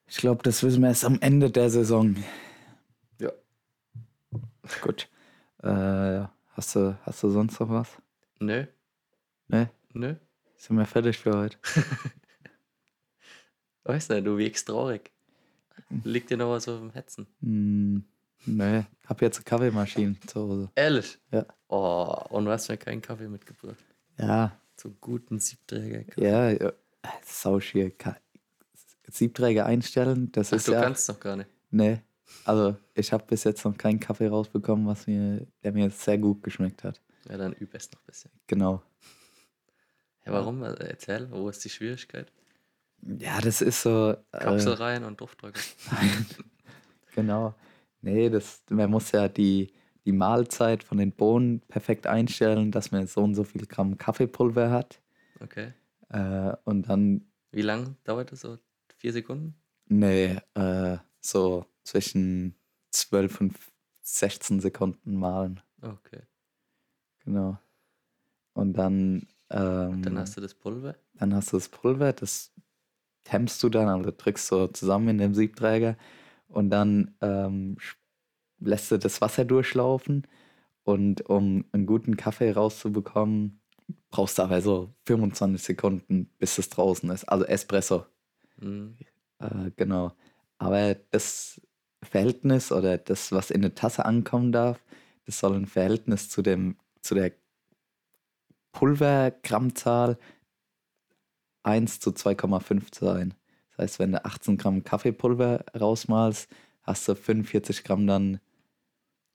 [SPEAKER 2] Ich glaube, das wissen wir erst am Ende der Saison.
[SPEAKER 1] Ja.
[SPEAKER 2] Gut. Äh, hast, du, hast du sonst noch was?
[SPEAKER 1] Nö,
[SPEAKER 2] Ne?
[SPEAKER 1] nö.
[SPEAKER 2] Sind wir fertig für heute?
[SPEAKER 1] Weißt du, du wirkst traurig. Liegt dir noch was auf dem Herzen?
[SPEAKER 2] Hm, ne, hab jetzt eine Kaffeemaschine zu Hause.
[SPEAKER 1] Ehrlich?
[SPEAKER 2] Ja.
[SPEAKER 1] Oh, und du hast mir keinen Kaffee mitgebracht.
[SPEAKER 2] Ja,
[SPEAKER 1] Zum guten Siebträger.
[SPEAKER 2] Ja, ja. sau schier. Ka- Siebträger einstellen, das
[SPEAKER 1] Ach,
[SPEAKER 2] ist
[SPEAKER 1] du
[SPEAKER 2] ja.
[SPEAKER 1] kannst noch gar nicht.
[SPEAKER 2] Nee. Also, ich habe bis jetzt noch keinen Kaffee rausbekommen, was mir, der mir sehr gut geschmeckt hat.
[SPEAKER 1] Ja, dann üb es noch ein bisschen.
[SPEAKER 2] Genau.
[SPEAKER 1] Ja, warum? Also, Erzähl, wo ist die Schwierigkeit?
[SPEAKER 2] Ja, das ist so.
[SPEAKER 1] Kapsel
[SPEAKER 2] Äh,
[SPEAKER 1] rein und Duftdrücken.
[SPEAKER 2] genau. Nee, das, man muss ja die, die Mahlzeit von den Bohnen perfekt einstellen, dass man so und so viel Gramm Kaffeepulver hat.
[SPEAKER 1] Okay.
[SPEAKER 2] Äh, und dann,
[SPEAKER 1] Wie lange dauert das so? Vier Sekunden?
[SPEAKER 2] nee, äh, so zwischen 12 und 16 Sekunden mahlen.
[SPEAKER 1] Okay.
[SPEAKER 2] Genau. Und dann. Ähm,
[SPEAKER 1] Dann hast du das Pulver.
[SPEAKER 2] Dann hast du das Pulver, das hemmst du dann, also drückst so zusammen in dem Siebträger und dann ähm, sch- lässt du das Wasser durchlaufen. Und um einen guten Kaffee rauszubekommen, brauchst du aber so 25 Sekunden, bis es draußen ist. Also Espresso,
[SPEAKER 1] Mhm.
[SPEAKER 2] äh, genau. Aber das Verhältnis oder das, was in der Tasse ankommen darf, das soll ein Verhältnis zu, dem, zu der Pulvergrammzahl 1 zu 2,5 sein. Das heißt, wenn du 18 Gramm Kaffeepulver rausmalst, hast du 45 Gramm dann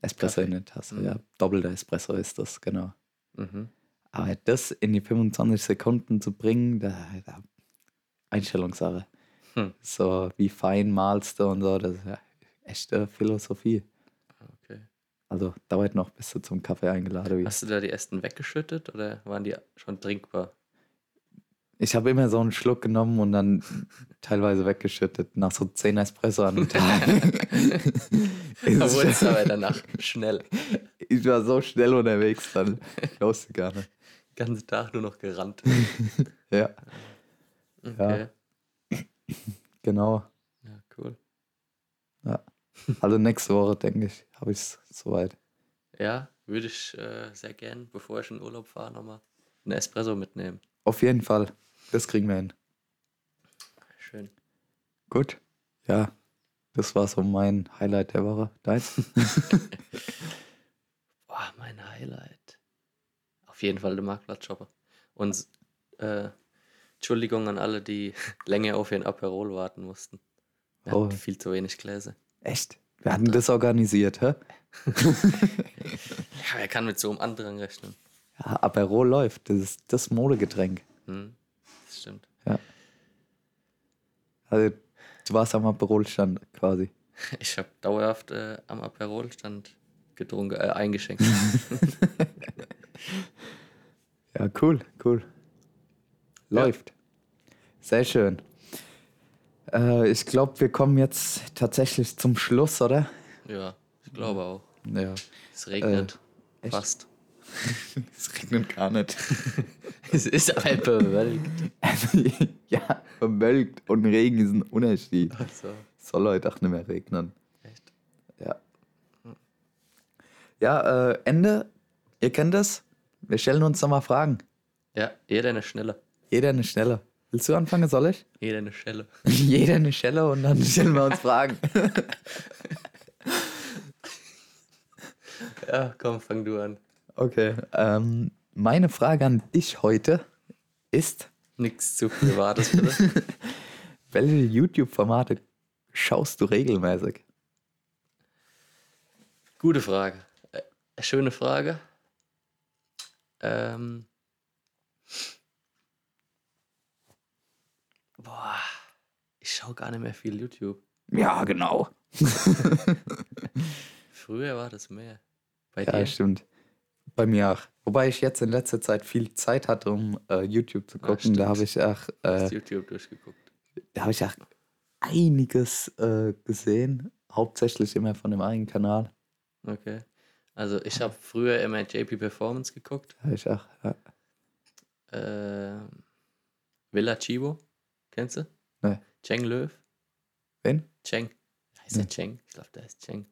[SPEAKER 2] Espresso
[SPEAKER 1] Kaffee.
[SPEAKER 2] in der Tasse.
[SPEAKER 1] Mhm.
[SPEAKER 2] Ja, doppelter Espresso ist das, genau.
[SPEAKER 1] Mhm.
[SPEAKER 2] Aber das in die 25 Sekunden zu bringen, da, da Einstellungssache.
[SPEAKER 1] Hm.
[SPEAKER 2] So wie fein malst du und so, das ist ja echte Philosophie.
[SPEAKER 1] Okay.
[SPEAKER 2] Also dauert noch, bis du zum Kaffee eingeladen wirst.
[SPEAKER 1] Hast du da die ersten weggeschüttet oder waren die schon
[SPEAKER 2] [LAUGHS]
[SPEAKER 1] trinkbar?
[SPEAKER 2] Ich habe immer so einen Schluck genommen und dann teilweise weggeschüttet, nach so 10 Espresso an
[SPEAKER 1] [LAUGHS]
[SPEAKER 2] dem Tag.
[SPEAKER 1] Da wurde
[SPEAKER 2] Ist-
[SPEAKER 1] es aber danach schnell.
[SPEAKER 2] [LAUGHS] ich war so schnell unterwegs, dann ich wusste gar nicht.
[SPEAKER 1] Den ganzen Tag nur noch gerannt.
[SPEAKER 2] Ja,
[SPEAKER 1] Okay. Ja,
[SPEAKER 2] genau.
[SPEAKER 1] cool.
[SPEAKER 2] Also nächste Woche, denke ich, habe ich es soweit.
[SPEAKER 1] Ja, würde ich äh, sehr gern, bevor ich in Urlaub fahre, nochmal einen Espresso mitnehmen.
[SPEAKER 2] Auf jeden Fall, das kriegen wir hin.
[SPEAKER 1] Schön.
[SPEAKER 2] Gut. Ja, das war so mein Highlight der Woche. [LAUGHS] Deins?
[SPEAKER 1] Boah, mein Highlight. Auf jeden Fall der Marktplatzshopper. Und äh, Entschuldigung an alle, die [LAUGHS] länger auf ihren Aperol warten mussten. Wir hatten
[SPEAKER 2] Oh.
[SPEAKER 1] viel zu wenig Gläser.
[SPEAKER 2] Echt? Wir hatten das organisiert, hä?
[SPEAKER 1] Ja, wer kann mit so einem Andrang rechnen?
[SPEAKER 2] Ja, Aperol läuft. Das ist das Modegetränk.
[SPEAKER 1] Hm? Das stimmt. [LAUGHS]
[SPEAKER 2] Also, du warst am Aperol-Stand quasi.
[SPEAKER 1] Ich habe dauerhaft äh, am Aperol-Stand getrunken, äh,
[SPEAKER 2] [LAUGHS]
[SPEAKER 1] eingeschenkt.
[SPEAKER 2] Ja, cool, cool.
[SPEAKER 1] Ja.
[SPEAKER 2] Läuft. Sehr schön. Äh, ich glaube, wir kommen jetzt tatsächlich zum Schluss, oder?
[SPEAKER 1] ja, ich glaube auch.
[SPEAKER 2] Ja.
[SPEAKER 1] Es regnet.
[SPEAKER 2] Äh, echt?
[SPEAKER 1] Fast. [LAUGHS]
[SPEAKER 2] Es regnet gar [LAUGHS] nicht.
[SPEAKER 1] Es ist aber
[SPEAKER 2] [LAUGHS]
[SPEAKER 1] bewölkt.
[SPEAKER 2] ja, bewölkt und Regen ist ein Unterschied.
[SPEAKER 1] Also,
[SPEAKER 2] Soll heute auch nicht mehr regnen.
[SPEAKER 1] echt.
[SPEAKER 2] Ja. Ja, äh, Ende. Ihr kennt das. Wir stellen uns nochmal Fragen.
[SPEAKER 1] Ja, jeder eine Schnelle. Eh
[SPEAKER 2] Jeder eine Schnelle. Willst du anfangen, soll ich? [LAUGHS]
[SPEAKER 1] Jeder eine Schelle.
[SPEAKER 2] Jeder eine Schelle und dann stellen wir uns Fragen.
[SPEAKER 1] Ja, komm, fang du an.
[SPEAKER 2] Okay. Ähm, meine Frage an dich heute ist,
[SPEAKER 1] Nichts zu Privates, [LAUGHS] bitte.
[SPEAKER 2] welche YouTube-Formate schaust du regelmäßig?
[SPEAKER 1] Gute Frage. Äh, schöne Frage. Ähm. Boah, ich schaue gar nicht mehr viel YouTube.
[SPEAKER 2] Ja, genau.
[SPEAKER 1] Früher war das mehr. Bei
[SPEAKER 2] Ja,
[SPEAKER 1] dir?
[SPEAKER 2] stimmt. Bei mir auch. Wobei ich jetzt in letzter Zeit viel Zeit hatte, um äh, YouTube zu gucken.
[SPEAKER 1] stimmt.
[SPEAKER 2] da habe ich auch
[SPEAKER 1] Hast
[SPEAKER 2] äh,
[SPEAKER 1] YouTube durchgeguckt.
[SPEAKER 2] da habe ich auch einiges äh, gesehen, hauptsächlich immer von dem einen Kanal.
[SPEAKER 1] Okay. Also ich habe früher immer JP Performance geguckt.
[SPEAKER 2] Da hab ich auch, ja, [LAUGHS]
[SPEAKER 1] Ähm, Villa Chibo. Kennst du?
[SPEAKER 2] Nee.
[SPEAKER 1] Cheng Löw.
[SPEAKER 2] wen?
[SPEAKER 1] Cheng. Heißt der
[SPEAKER 2] Nee.
[SPEAKER 1] Cheng? Ich glaube, der heißt Cheng.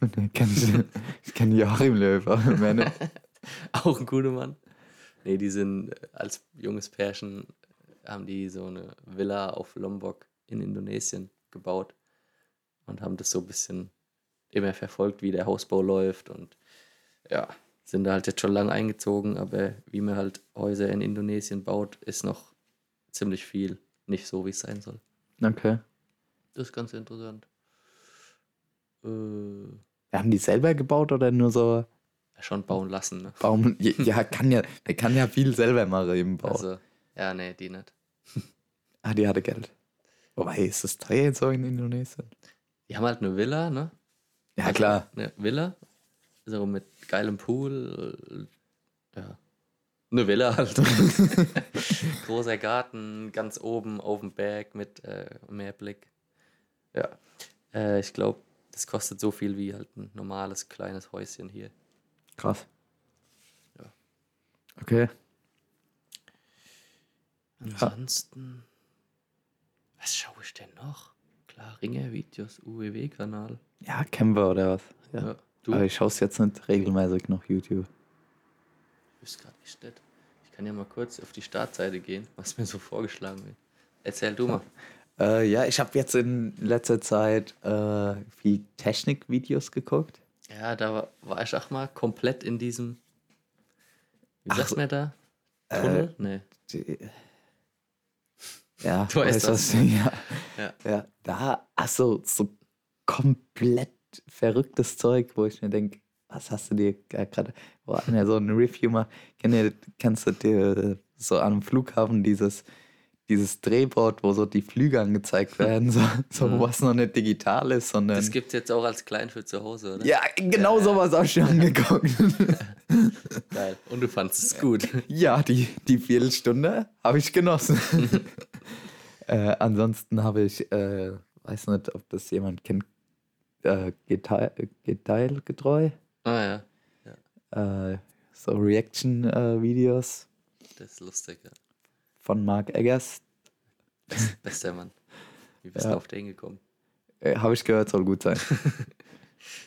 [SPEAKER 2] Nee, kenn ich, nicht. ich kenne Joachim Löw, aber mehr nicht.
[SPEAKER 1] [LAUGHS] Auch ein guter Mann. Nee, die sind äh, als junges Pärchen äh, haben die so eine Villa auf Lombok in Indonesien gebaut und haben das so ein bisschen immer verfolgt, wie der Hausbau läuft und ja, Sind da halt jetzt schon lang eingezogen, aber wie man halt Häuser in Indonesien baut, ist noch ziemlich viel nicht so, wie es sein soll.
[SPEAKER 2] Okay.
[SPEAKER 1] Das ist ganz interessant. Äh,
[SPEAKER 2] Haben die selber gebaut oder nur so
[SPEAKER 1] schon bauen lassen, ne?
[SPEAKER 2] Baum? Ja, kann ja, der kann ja viel selber machen im Bau.
[SPEAKER 1] Also, ja, nee, die nicht.
[SPEAKER 2] Ah, die hatte Geld. Wobei, ist das teuer jetzt so in Indonesien?
[SPEAKER 1] Die haben halt eine Villa, ne?
[SPEAKER 2] Ja, klar.
[SPEAKER 1] Eine Villa. So mit geilem Pool. äh, Ja. Eine Villa
[SPEAKER 2] [LAUGHS]
[SPEAKER 1] halt. Großer Garten, ganz oben auf dem Berg mit äh, Meerblick. Ja. Äh, ich glaube, das kostet so viel wie halt ein normales kleines Häuschen hier.
[SPEAKER 2] Krass.
[SPEAKER 1] Ja.
[SPEAKER 2] Okay.
[SPEAKER 1] Ansonsten. Was schaue ich denn noch? Klar, Ringer-Videos, UWW-Kanal.
[SPEAKER 2] Ja, kennen wir oder was? Ja. Ah,
[SPEAKER 1] Ja. Du
[SPEAKER 2] Aber ich schaue es jetzt nicht regelmäßig noch YouTube.
[SPEAKER 1] bist gerade nicht nett. Ich kann ja mal kurz auf die Startseite gehen, was mir so vorgeschlagen wird. Erzähl du mal.
[SPEAKER 2] Äh, ja, ich habe jetzt in letzter Zeit äh, viel Technikvideos geguckt.
[SPEAKER 1] Ja, da war, war ich auch mal komplett in diesem. Wie
[SPEAKER 2] Ach,
[SPEAKER 1] sagst du mir da? Tunnel? äh, nee.
[SPEAKER 2] Die- Ja,
[SPEAKER 1] Du weißt, was ich
[SPEAKER 2] [LAUGHS] Ja.
[SPEAKER 1] Ja.
[SPEAKER 2] ja, da, achso, so komplett verrücktes Zeug, wo ich mir denke, was hast du dir da gerade, wo einer so ein Review macht, Kennt ihr- kennst du dir äh, so an einem Flughafen dieses, dieses Drehboard, wo so die Flüge angezeigt werden, so, so
[SPEAKER 1] Mhm.
[SPEAKER 2] was noch nicht digital ist, sondern...
[SPEAKER 1] Das gibt es jetzt auch als Klein für zu Hause, oder?
[SPEAKER 2] ja, genau
[SPEAKER 1] Ähm. Ja.
[SPEAKER 2] sowas habe ich mir angeguckt.
[SPEAKER 1] Geil. Und du fandest es [LAUGHS] gut.
[SPEAKER 2] Ja, die, die Viertelstunde habe ich genossen. äh, ansonsten habe ich, äh, weiß nicht, ob das jemand kennt, äh, Geteil, getreu,
[SPEAKER 1] ah ja,
[SPEAKER 2] äh, so Reaction-Videos
[SPEAKER 1] das ist lustig. Ja.
[SPEAKER 2] von Mark Eggers.
[SPEAKER 1] Best, bester Mann. Wie bist
[SPEAKER 2] Ja.
[SPEAKER 1] du auf den gekommen?
[SPEAKER 2] Äh, habe ich gehört, soll gut sein.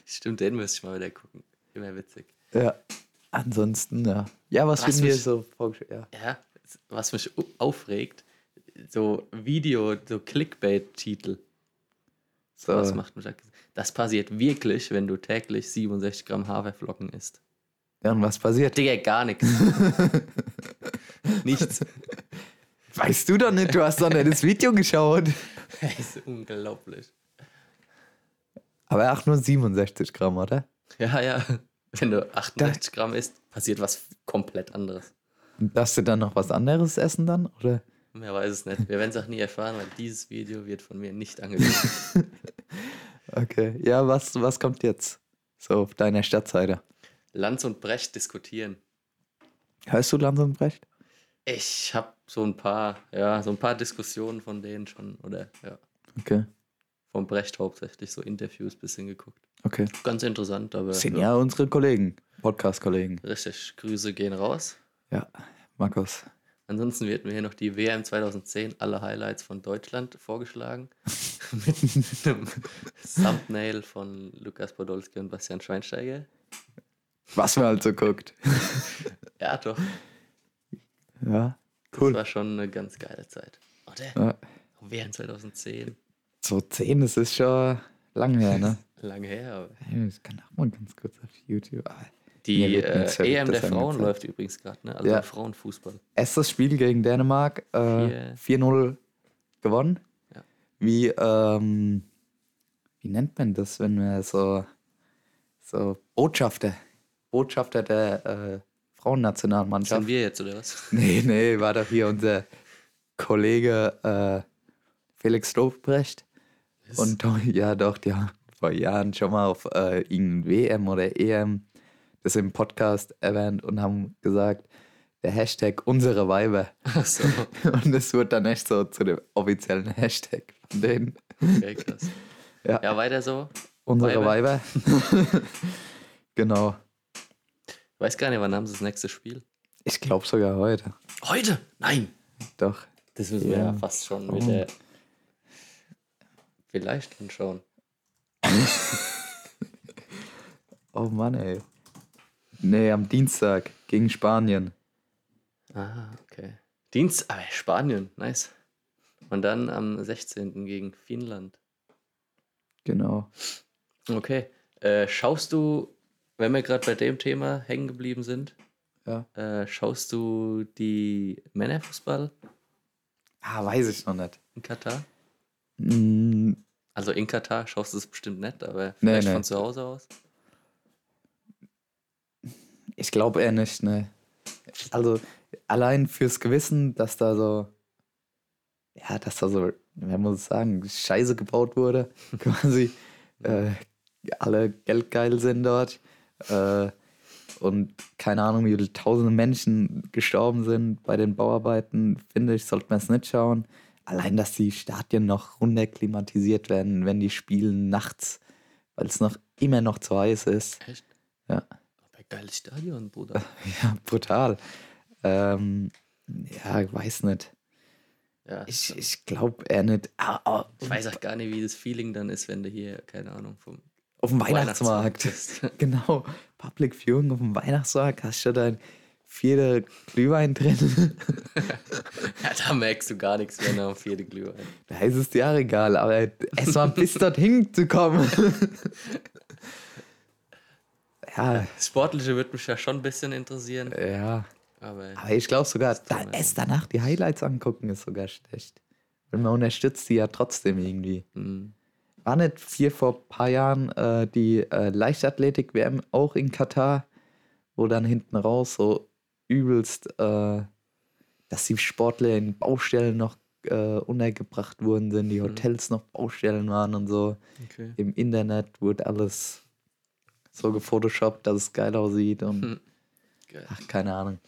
[SPEAKER 1] Stimmt, den müsste ich mal wieder gucken. Immer witzig.
[SPEAKER 2] ja. Ansonsten, ja. Ja, was,
[SPEAKER 1] Was
[SPEAKER 2] wird mir
[SPEAKER 1] mich-
[SPEAKER 2] so vorgestellt? Ja.
[SPEAKER 1] Ja, was mich au- aufregt, so Video, so Clickbait-Titel.
[SPEAKER 2] So,
[SPEAKER 1] Was macht mich aggressiv? Das passiert wirklich, wenn du täglich 67 Gramm Haferflocken isst.
[SPEAKER 2] ja, und was passiert?
[SPEAKER 1] Digga, gar nichts. Nichts.
[SPEAKER 2] Weißt du doch nicht, du hast doch nicht das Video geschaut.
[SPEAKER 1] Das ist unglaublich.
[SPEAKER 2] Aber auch nur 67 Gramm, oder?
[SPEAKER 1] Ja, ja. Wenn du 68 Gramm isst, passiert was komplett anderes.
[SPEAKER 2] Und darfst du dann noch was anderes essen dann? Oder?
[SPEAKER 1] Mehr weiß es nicht. Wir werden es auch nie erfahren, weil dieses Video wird von mir nicht angeguckt.
[SPEAKER 2] Okay. Ja, was, was kommt jetzt? So auf deiner Stadtseite.
[SPEAKER 1] Lanz und Brecht diskutieren.
[SPEAKER 2] Hörst du Lanz und Brecht?
[SPEAKER 1] Ich habe so ein paar, ja, so ein paar Diskussionen von denen schon, oder ja,
[SPEAKER 2] Okay.
[SPEAKER 1] von Brecht hauptsächlich so Interviews bisschen geguckt.
[SPEAKER 2] Okay.
[SPEAKER 1] Ganz interessant, aber
[SPEAKER 2] Das sind ja unsere Kollegen, Podcast-Kollegen.
[SPEAKER 1] richtig. Grüße gehen raus.
[SPEAKER 2] Ja, Markus.
[SPEAKER 1] Ansonsten wird mir hier noch die WM 2010 alle Highlights von Deutschland vorgeschlagen. [LAUGHS] Mit einem Thumbnail von Lukas Podolski und Bastian Schweinsteiger.
[SPEAKER 2] Was man halt so guckt.
[SPEAKER 1] Ja, doch.
[SPEAKER 2] Ja,
[SPEAKER 1] Das
[SPEAKER 2] cool.
[SPEAKER 1] war schon eine ganz geile Zeit. Oder?
[SPEAKER 2] Ja,
[SPEAKER 1] WM 2010.
[SPEAKER 2] so 10, das ist schon lange her, [LAUGHS] ne?
[SPEAKER 1] Lange her. Aber.
[SPEAKER 2] Ich kann auch mal ganz kurz auf YouTube. Ah, Mir
[SPEAKER 1] Die
[SPEAKER 2] wird
[SPEAKER 1] äh,
[SPEAKER 2] nichts
[SPEAKER 1] EM der
[SPEAKER 2] Verrücktes
[SPEAKER 1] Frauen
[SPEAKER 2] angezeigt.
[SPEAKER 1] läuft übrigens gerade, ne? Also
[SPEAKER 2] Ja.
[SPEAKER 1] Frauenfußball.
[SPEAKER 2] Erstes Spiel gegen Dänemark, äh,
[SPEAKER 1] Vier-
[SPEAKER 2] 4-0 gewonnen.
[SPEAKER 1] Ja.
[SPEAKER 2] Wie, ähm, wie nennt man das, wenn wir so, so Botschafter, Botschafter der äh, Frauennationalmannschaft.
[SPEAKER 1] Sind wir jetzt, oder was?
[SPEAKER 2] Nee, nee, war doch hier unser Kollege äh, Felix Lobrecht. [LAUGHS] Und doch, ja, doch, die haben vor Jahren schon mal auf äh, irgendein WM oder EM das im Podcast erwähnt und haben gesagt, der Hashtag unsere Weiber.
[SPEAKER 1] [LAUGHS] Ach so,
[SPEAKER 2] [LAUGHS] Und es wird dann echt so zu dem offiziellen Hashtag von denen.
[SPEAKER 1] okay, krass.
[SPEAKER 2] [LAUGHS] Ja.
[SPEAKER 1] Ja. weiter so.
[SPEAKER 2] Unsere Weiber.
[SPEAKER 1] Weiber.
[SPEAKER 2] [LAUGHS] genau.
[SPEAKER 1] Weiß gar nicht, wann haben sie das nächste Spiel?
[SPEAKER 2] Ich glaube sogar heute.
[SPEAKER 1] Heute? Nein!
[SPEAKER 2] Doch.
[SPEAKER 1] Das müssen wir
[SPEAKER 2] Ja.
[SPEAKER 1] ja fast schon
[SPEAKER 2] Oh.
[SPEAKER 1] wieder vielleicht anschauen.
[SPEAKER 2] Oh Mann, ey. Nee, am Dienstag gegen Spanien.
[SPEAKER 1] Ah, okay. Dienst, aber Spanien, nice. Und dann am 16. gegen Finnland.
[SPEAKER 2] Genau.
[SPEAKER 1] Okay. Äh, schaust du wenn wir gerade bei dem Thema hängen geblieben sind,
[SPEAKER 2] Ja.
[SPEAKER 1] äh, schaust du die Männerfußball
[SPEAKER 2] Ah, weiß ich noch nicht.
[SPEAKER 1] in Katar?
[SPEAKER 2] Mm,
[SPEAKER 1] Also in Katar schaust du es bestimmt nicht, aber
[SPEAKER 2] Nee,
[SPEAKER 1] vielleicht
[SPEAKER 2] nee.
[SPEAKER 1] von zu Hause aus.
[SPEAKER 2] Ich glaube eher nicht, ne. Also allein fürs Gewissen, dass da so, ja, dass da so, man muss sagen, Scheiße gebaut wurde, [LAUGHS] quasi. äh, alle geldgeil sind dort. Äh, und keine Ahnung, wie viele tausende Menschen gestorben sind bei den Bauarbeiten, finde ich, sollte man es nicht schauen. Allein, dass die Stadien noch runterklimatisiert werden, wenn die spielen nachts, weil es noch immer noch zu heiß ist.
[SPEAKER 1] Echt?
[SPEAKER 2] Ja.
[SPEAKER 1] Aber geiles Oh, Stadion,
[SPEAKER 2] [LAUGHS]
[SPEAKER 1] Bruder.
[SPEAKER 2] Ja, brutal. Ähm, ja, ich weiß nicht.
[SPEAKER 1] Ja,
[SPEAKER 2] Ich, ich glaube eher nicht. Ah, ah,
[SPEAKER 1] ich weiß auch gar nicht, wie das Feeling dann ist, wenn du hier, keine Ahnung, vom [LAUGHS]
[SPEAKER 2] auf dem Weihnachtsmarkt. [LAUGHS]
[SPEAKER 1] bist.
[SPEAKER 2] genau. Public Viewing auf dem Weihnachtsmarkt. Hast du dann vier Glühwein drin? [LAUGHS]
[SPEAKER 1] ja, da merkst du gar nichts, wenn du auf jede Glühwein.
[SPEAKER 2] da ist es dir auch egal. Aber es war bis dorthin zu kommen. [LAUGHS] ja,
[SPEAKER 1] Das Sportliche würde mich ja schon ein bisschen interessieren,
[SPEAKER 2] ja.
[SPEAKER 1] aber
[SPEAKER 2] Aber ich glaube sogar, da,
[SPEAKER 1] Instrument.
[SPEAKER 2] erst danach die Highlights angucken ist sogar schlecht. Weil man unterstützt die ja trotzdem irgendwie.
[SPEAKER 1] mh,
[SPEAKER 2] War nicht hier vor ein paar Jahren äh, die äh, Leichtathletik-WM auch in Katar, wo dann hinten raus so übelst, äh, dass die Sportler in Baustellen noch äh, untergebracht wurden, sind, die
[SPEAKER 1] Mhm.
[SPEAKER 2] Hotels noch Baustellen waren und so.
[SPEAKER 1] okay.
[SPEAKER 2] Im Internet wurde alles so gefotoshoppt, dass es geil aussieht und
[SPEAKER 1] Mhm. Geil.
[SPEAKER 2] ach, keine Ahnung.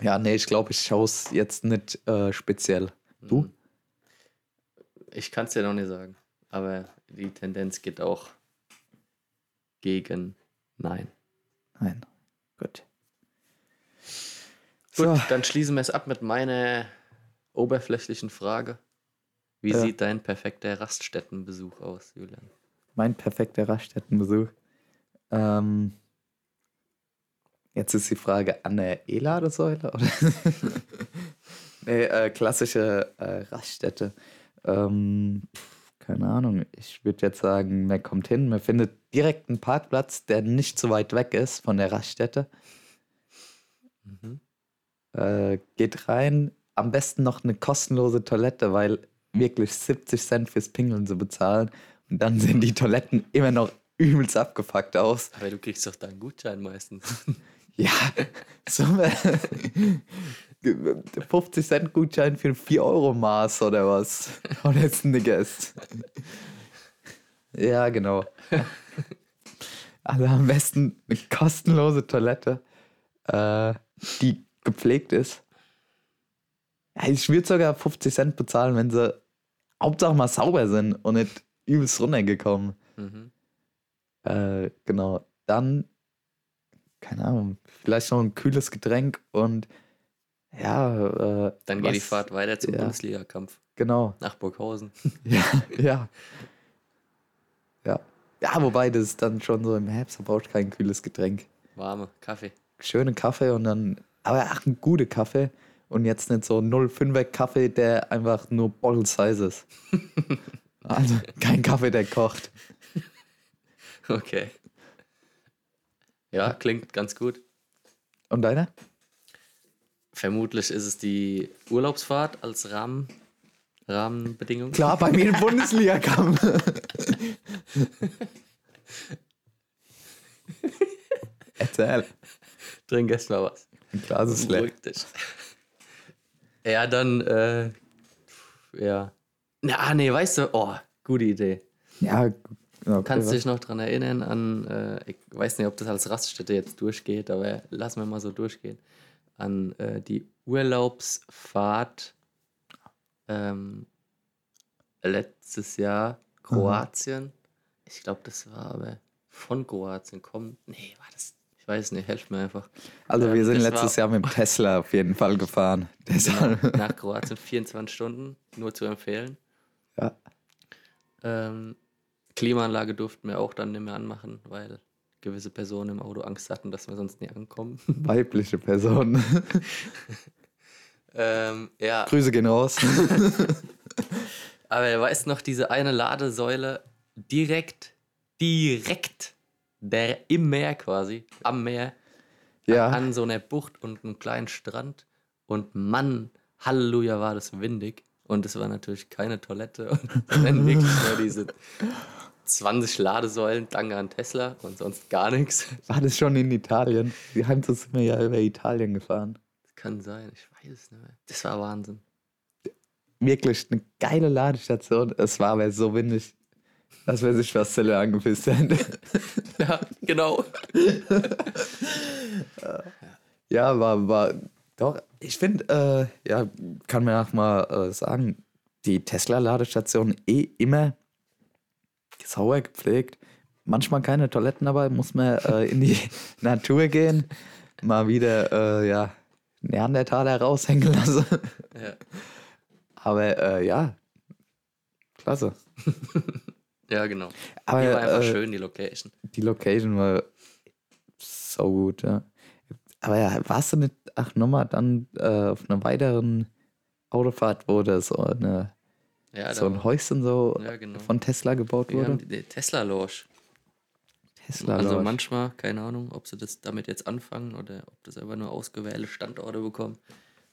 [SPEAKER 2] Ja, nee, ich glaube, ich schaue es jetzt nicht äh, speziell. Du?
[SPEAKER 1] Mhm. Ich kann es dir noch nicht sagen, aber die Tendenz geht auch gegen Nein.
[SPEAKER 2] Nein. Gut.
[SPEAKER 1] Gut,
[SPEAKER 2] So.
[SPEAKER 1] dann schließen wir es ab mit meiner oberflächlichen Frage. Wie
[SPEAKER 2] Ja.
[SPEAKER 1] sieht dein perfekter Raststättenbesuch aus, Julian?
[SPEAKER 2] mein perfekter Raststättenbesuch. Ähm, jetzt ist die Frage an der E-Ladesäule oder? nee, äh, klassische äh, Raststätte. Ähm, pf, keine Ahnung. Ich würde jetzt sagen, man kommt hin, man findet direkt einen Parkplatz, der nicht so weit weg ist von der Raststätte.
[SPEAKER 1] Mhm.
[SPEAKER 2] Äh, geht rein, am besten noch eine kostenlose Toilette, weil wirklich 70 Cent fürs Pingeln zu bezahlen. Und dann sehen die Toiletten immer noch übelst abgefuckt aus.
[SPEAKER 1] Aber du kriegst doch deinen Gutschein meistens.
[SPEAKER 2] Ja, so [LAUGHS] 50 Cent Gutschein für ein 4 Euro Maß oder was. Oder Snickers. Ja, genau. Also am besten eine kostenlose Toilette, äh, die gepflegt ist. Ja, ich würde sogar 50 Cent bezahlen, wenn sie Hauptsache mal sauber sind und nicht übelst runtergekommen.
[SPEAKER 1] [LAUGHS] mhm.
[SPEAKER 2] Äh, genau. Dann, keine Ahnung, vielleicht noch ein kühles Getränk und ja, äh,
[SPEAKER 1] Dann geht die
[SPEAKER 2] was-
[SPEAKER 1] Fahrt weiter zum
[SPEAKER 2] ja.
[SPEAKER 1] Bundesligakampf [LAUGHS]
[SPEAKER 2] Genau.
[SPEAKER 1] nach Burghausen.
[SPEAKER 2] Ja, ja. Ja. Ja, wobei das ist dann schon so im Herbst, da brauchst du kein kühles Getränk.
[SPEAKER 1] Warme Kaffee. [LAUGHS]
[SPEAKER 2] Schönen Kaffee und dann, aber ach, ein guter Kaffee und jetzt nicht so 0,5er Kaffee, der einfach nur Bottle
[SPEAKER 1] [LAUGHS]
[SPEAKER 2] Size ist. also kein Kaffee, der kocht.
[SPEAKER 1] Okay. Ja, klingt ganz gut.
[SPEAKER 2] Und deiner?
[SPEAKER 1] Vermutlich ist es die Urlaubsfahrt als Rahmen, Rahmenbedingung.
[SPEAKER 2] Klar, bei mir im Bundesliga-Kampf. Erzähl.
[SPEAKER 1] Trink erst mal was.
[SPEAKER 2] Ein Glas ist leer.
[SPEAKER 1] Beruhig dich. Ja, dann, äh, ja. Na, ah, nee, weißt du, oh, gute Idee.
[SPEAKER 2] Ja, okay,
[SPEAKER 1] Kannst
[SPEAKER 2] was?
[SPEAKER 1] dich noch dran erinnern an, äh, ich weiß nicht, ob das als Raststätte jetzt durchgeht, aber lass mir mal so durchgehen, an äh, die Urlaubsfahrt ähm, letztes Jahr Kroatien. Ich glaube, das war aber von Kroatien kommen. Nee, war das, ich weiß nicht, helft mir einfach.
[SPEAKER 2] Also wir
[SPEAKER 1] Ähm,
[SPEAKER 2] sind
[SPEAKER 1] das
[SPEAKER 2] letztes
[SPEAKER 1] war-
[SPEAKER 2] Jahr mit dem Tesla auf jeden Fall gefahren. Deshalb.
[SPEAKER 1] Nach Kroatien 24 Stunden, nur zu empfehlen.
[SPEAKER 2] Ja.
[SPEAKER 1] Ähm, Klimaanlage durften wir auch dann nicht mehr anmachen, weil gewisse Personen im Auto Angst hatten, dass wir sonst nie ankommen.
[SPEAKER 2] Weibliche Person. [LAUGHS]
[SPEAKER 1] Ähm, ja,
[SPEAKER 2] Grüße gehen raus.
[SPEAKER 1] aber weißt noch, diese eine Ladesäule direkt, direkt der im Meer quasi, am Meer,
[SPEAKER 2] Ja.
[SPEAKER 1] an so einer Bucht und einem kleinen Strand. Und Mann, Halleluja, war das windig. Und es war natürlich keine Toilette. Und [LAUGHS] dann
[SPEAKER 2] [LAUGHS]
[SPEAKER 1] wirklich nur diese 20 Ladesäulen, danke an Tesla und sonst gar nichts.
[SPEAKER 2] War das schon in Italien? Wir haben das sind wir ja über Italien gefahren.
[SPEAKER 1] Kann sein, ich weiß es nicht mehr. Das war
[SPEAKER 2] [LAUGHS]
[SPEAKER 1] Wahnsinn.
[SPEAKER 2] Wirklich eine geile Ladestation. Es war aber so windig, dass wir sich fast Zelle angepisst hätten.
[SPEAKER 1] Ja, genau.
[SPEAKER 2] ja, war, war doch. Ich finde, äh, ja, kann man auch mal äh, sagen, die Tesla-Ladestation eh immer sauer gepflegt. Manchmal keine Toiletten dabei, muss man äh,
[SPEAKER 1] [LAUGHS]
[SPEAKER 2] in die Natur gehen. Mal wieder, äh, ja, Neandertaler raushängen lassen. [LAUGHS]
[SPEAKER 1] Ja.
[SPEAKER 2] Aber äh, ja, klasse.
[SPEAKER 1] Ja, genau.
[SPEAKER 2] Aber
[SPEAKER 1] die war einfach
[SPEAKER 2] äh,
[SPEAKER 1] schön, die Location.
[SPEAKER 2] die Location war so gut, ja. Aber ja, warst du nicht, ach nochmal, dann äh, auf einer weiteren Autofahrt, wo das so, eine,
[SPEAKER 1] Ja, da
[SPEAKER 2] so ein Häuschen so
[SPEAKER 1] Ja, genau.
[SPEAKER 2] von Tesla gebaut
[SPEAKER 1] wir haben
[SPEAKER 2] wurde?
[SPEAKER 1] die, die Tesla Lounge.
[SPEAKER 2] Tesla,
[SPEAKER 1] Also
[SPEAKER 2] Lodge.
[SPEAKER 1] manchmal, keine Ahnung, ob sie das damit jetzt anfangen oder ob das einfach nur ausgewählte Standorte bekommen.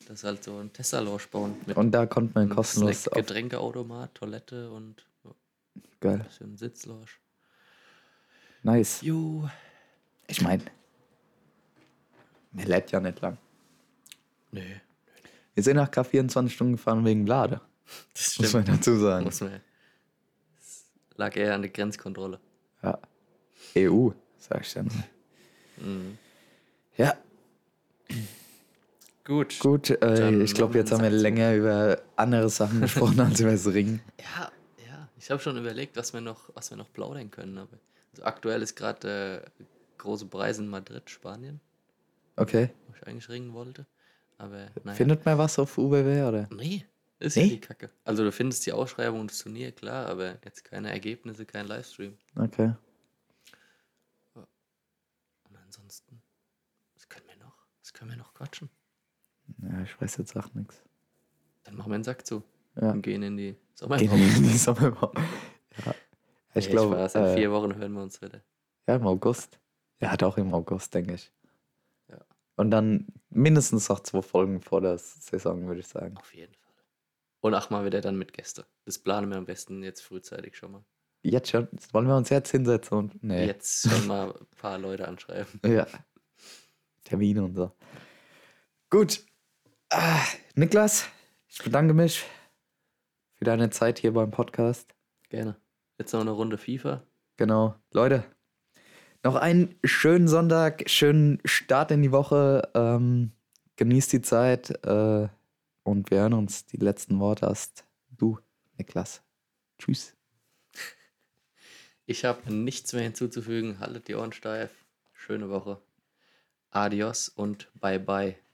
[SPEAKER 1] Das halt so ein Tesla Lounge bauen mit
[SPEAKER 2] Und da konnte man
[SPEAKER 1] einem
[SPEAKER 2] kostenlos
[SPEAKER 1] Snack-
[SPEAKER 2] auf.
[SPEAKER 1] Getränkeautomat, Toilette und ja, ein
[SPEAKER 2] Geil.
[SPEAKER 1] bisschen Sitzlounge.
[SPEAKER 2] Nice.
[SPEAKER 1] Jo.
[SPEAKER 2] Ich meine, mir lädt ja nicht lang.
[SPEAKER 1] Nee,
[SPEAKER 2] Wir sind nach K24 Stunden gefahren wegen Lade,
[SPEAKER 1] das
[SPEAKER 2] muss man
[SPEAKER 1] stimmt.
[SPEAKER 2] dazu sagen.
[SPEAKER 1] Muss man. Es Lag eher an der Grenzkontrolle.
[SPEAKER 2] Ja. EU, sag ich dann.
[SPEAKER 1] Mhm.
[SPEAKER 2] Ja,
[SPEAKER 1] Gut.
[SPEAKER 2] Gut, äh,
[SPEAKER 1] Dann
[SPEAKER 2] ich glaube, jetzt haben wir
[SPEAKER 1] sagt's mir.
[SPEAKER 2] länger über andere Sachen gesprochen als über das Ring.
[SPEAKER 1] Ja, ja. Ich habe schon überlegt, was wir noch, was wir noch plaudern können. Aber also aktuell ist gerade äh, große Preis in Madrid, Spanien,
[SPEAKER 2] Okay.
[SPEAKER 1] wo ich eigentlich ringen wollte. Aber [LAUGHS] naja.
[SPEAKER 2] Findet man was auf UBW oder?
[SPEAKER 1] Nee, ist
[SPEAKER 2] Nee?
[SPEAKER 1] ja die Kacke. Also du findest die Ausschreibung und das Turnier, klar, aber jetzt keine Ergebnisse, kein Livestream.
[SPEAKER 2] Okay.
[SPEAKER 1] Und ansonsten, was können wir noch? Was können wir noch quatschen?
[SPEAKER 2] Ja, ich weiß jetzt auch nichts.
[SPEAKER 1] Dann machen wir den Sack zu
[SPEAKER 2] Ja.
[SPEAKER 1] und gehen in die
[SPEAKER 2] Gehen
[SPEAKER 1] Sommerpause.
[SPEAKER 2] wir in die Sommerpause. Ja. Ich
[SPEAKER 1] [LAUGHS] Nee,
[SPEAKER 2] glaube,
[SPEAKER 1] Spaß, in
[SPEAKER 2] äh,
[SPEAKER 1] vier Wochen hören wir uns wieder.
[SPEAKER 2] ja, im August. Ja, doch im August, denke ich.
[SPEAKER 1] Ja.
[SPEAKER 2] Und dann mindestens noch zwei Folgen vor der Saison, würde ich sagen.
[SPEAKER 1] Auf jeden Fall. Und auch mal wieder dann mit Gästen. Das planen wir am besten jetzt frühzeitig schon mal.
[SPEAKER 2] Jetzt schon? Wollen wir uns jetzt hinsetzen und. Nee.
[SPEAKER 1] Jetzt schon mal ein paar Leute anschreiben.
[SPEAKER 2] Ja. Termine und so. Gut. Ah, Niklas, ich bedanke mich für deine Zeit hier beim Podcast.
[SPEAKER 1] Gerne. Jetzt noch eine Runde FIFA.
[SPEAKER 2] Genau. Leute, noch einen schönen Sonntag, schönen Start in die Woche. Ähm, genießt die Zeit äh, und wir hören uns. Die letzten Worte hast du, Niklas. Tschüss.
[SPEAKER 1] Ich habe nichts mehr hinzuzufügen. Haltet die Ohren steif. Schöne Woche. Adios und bye bye.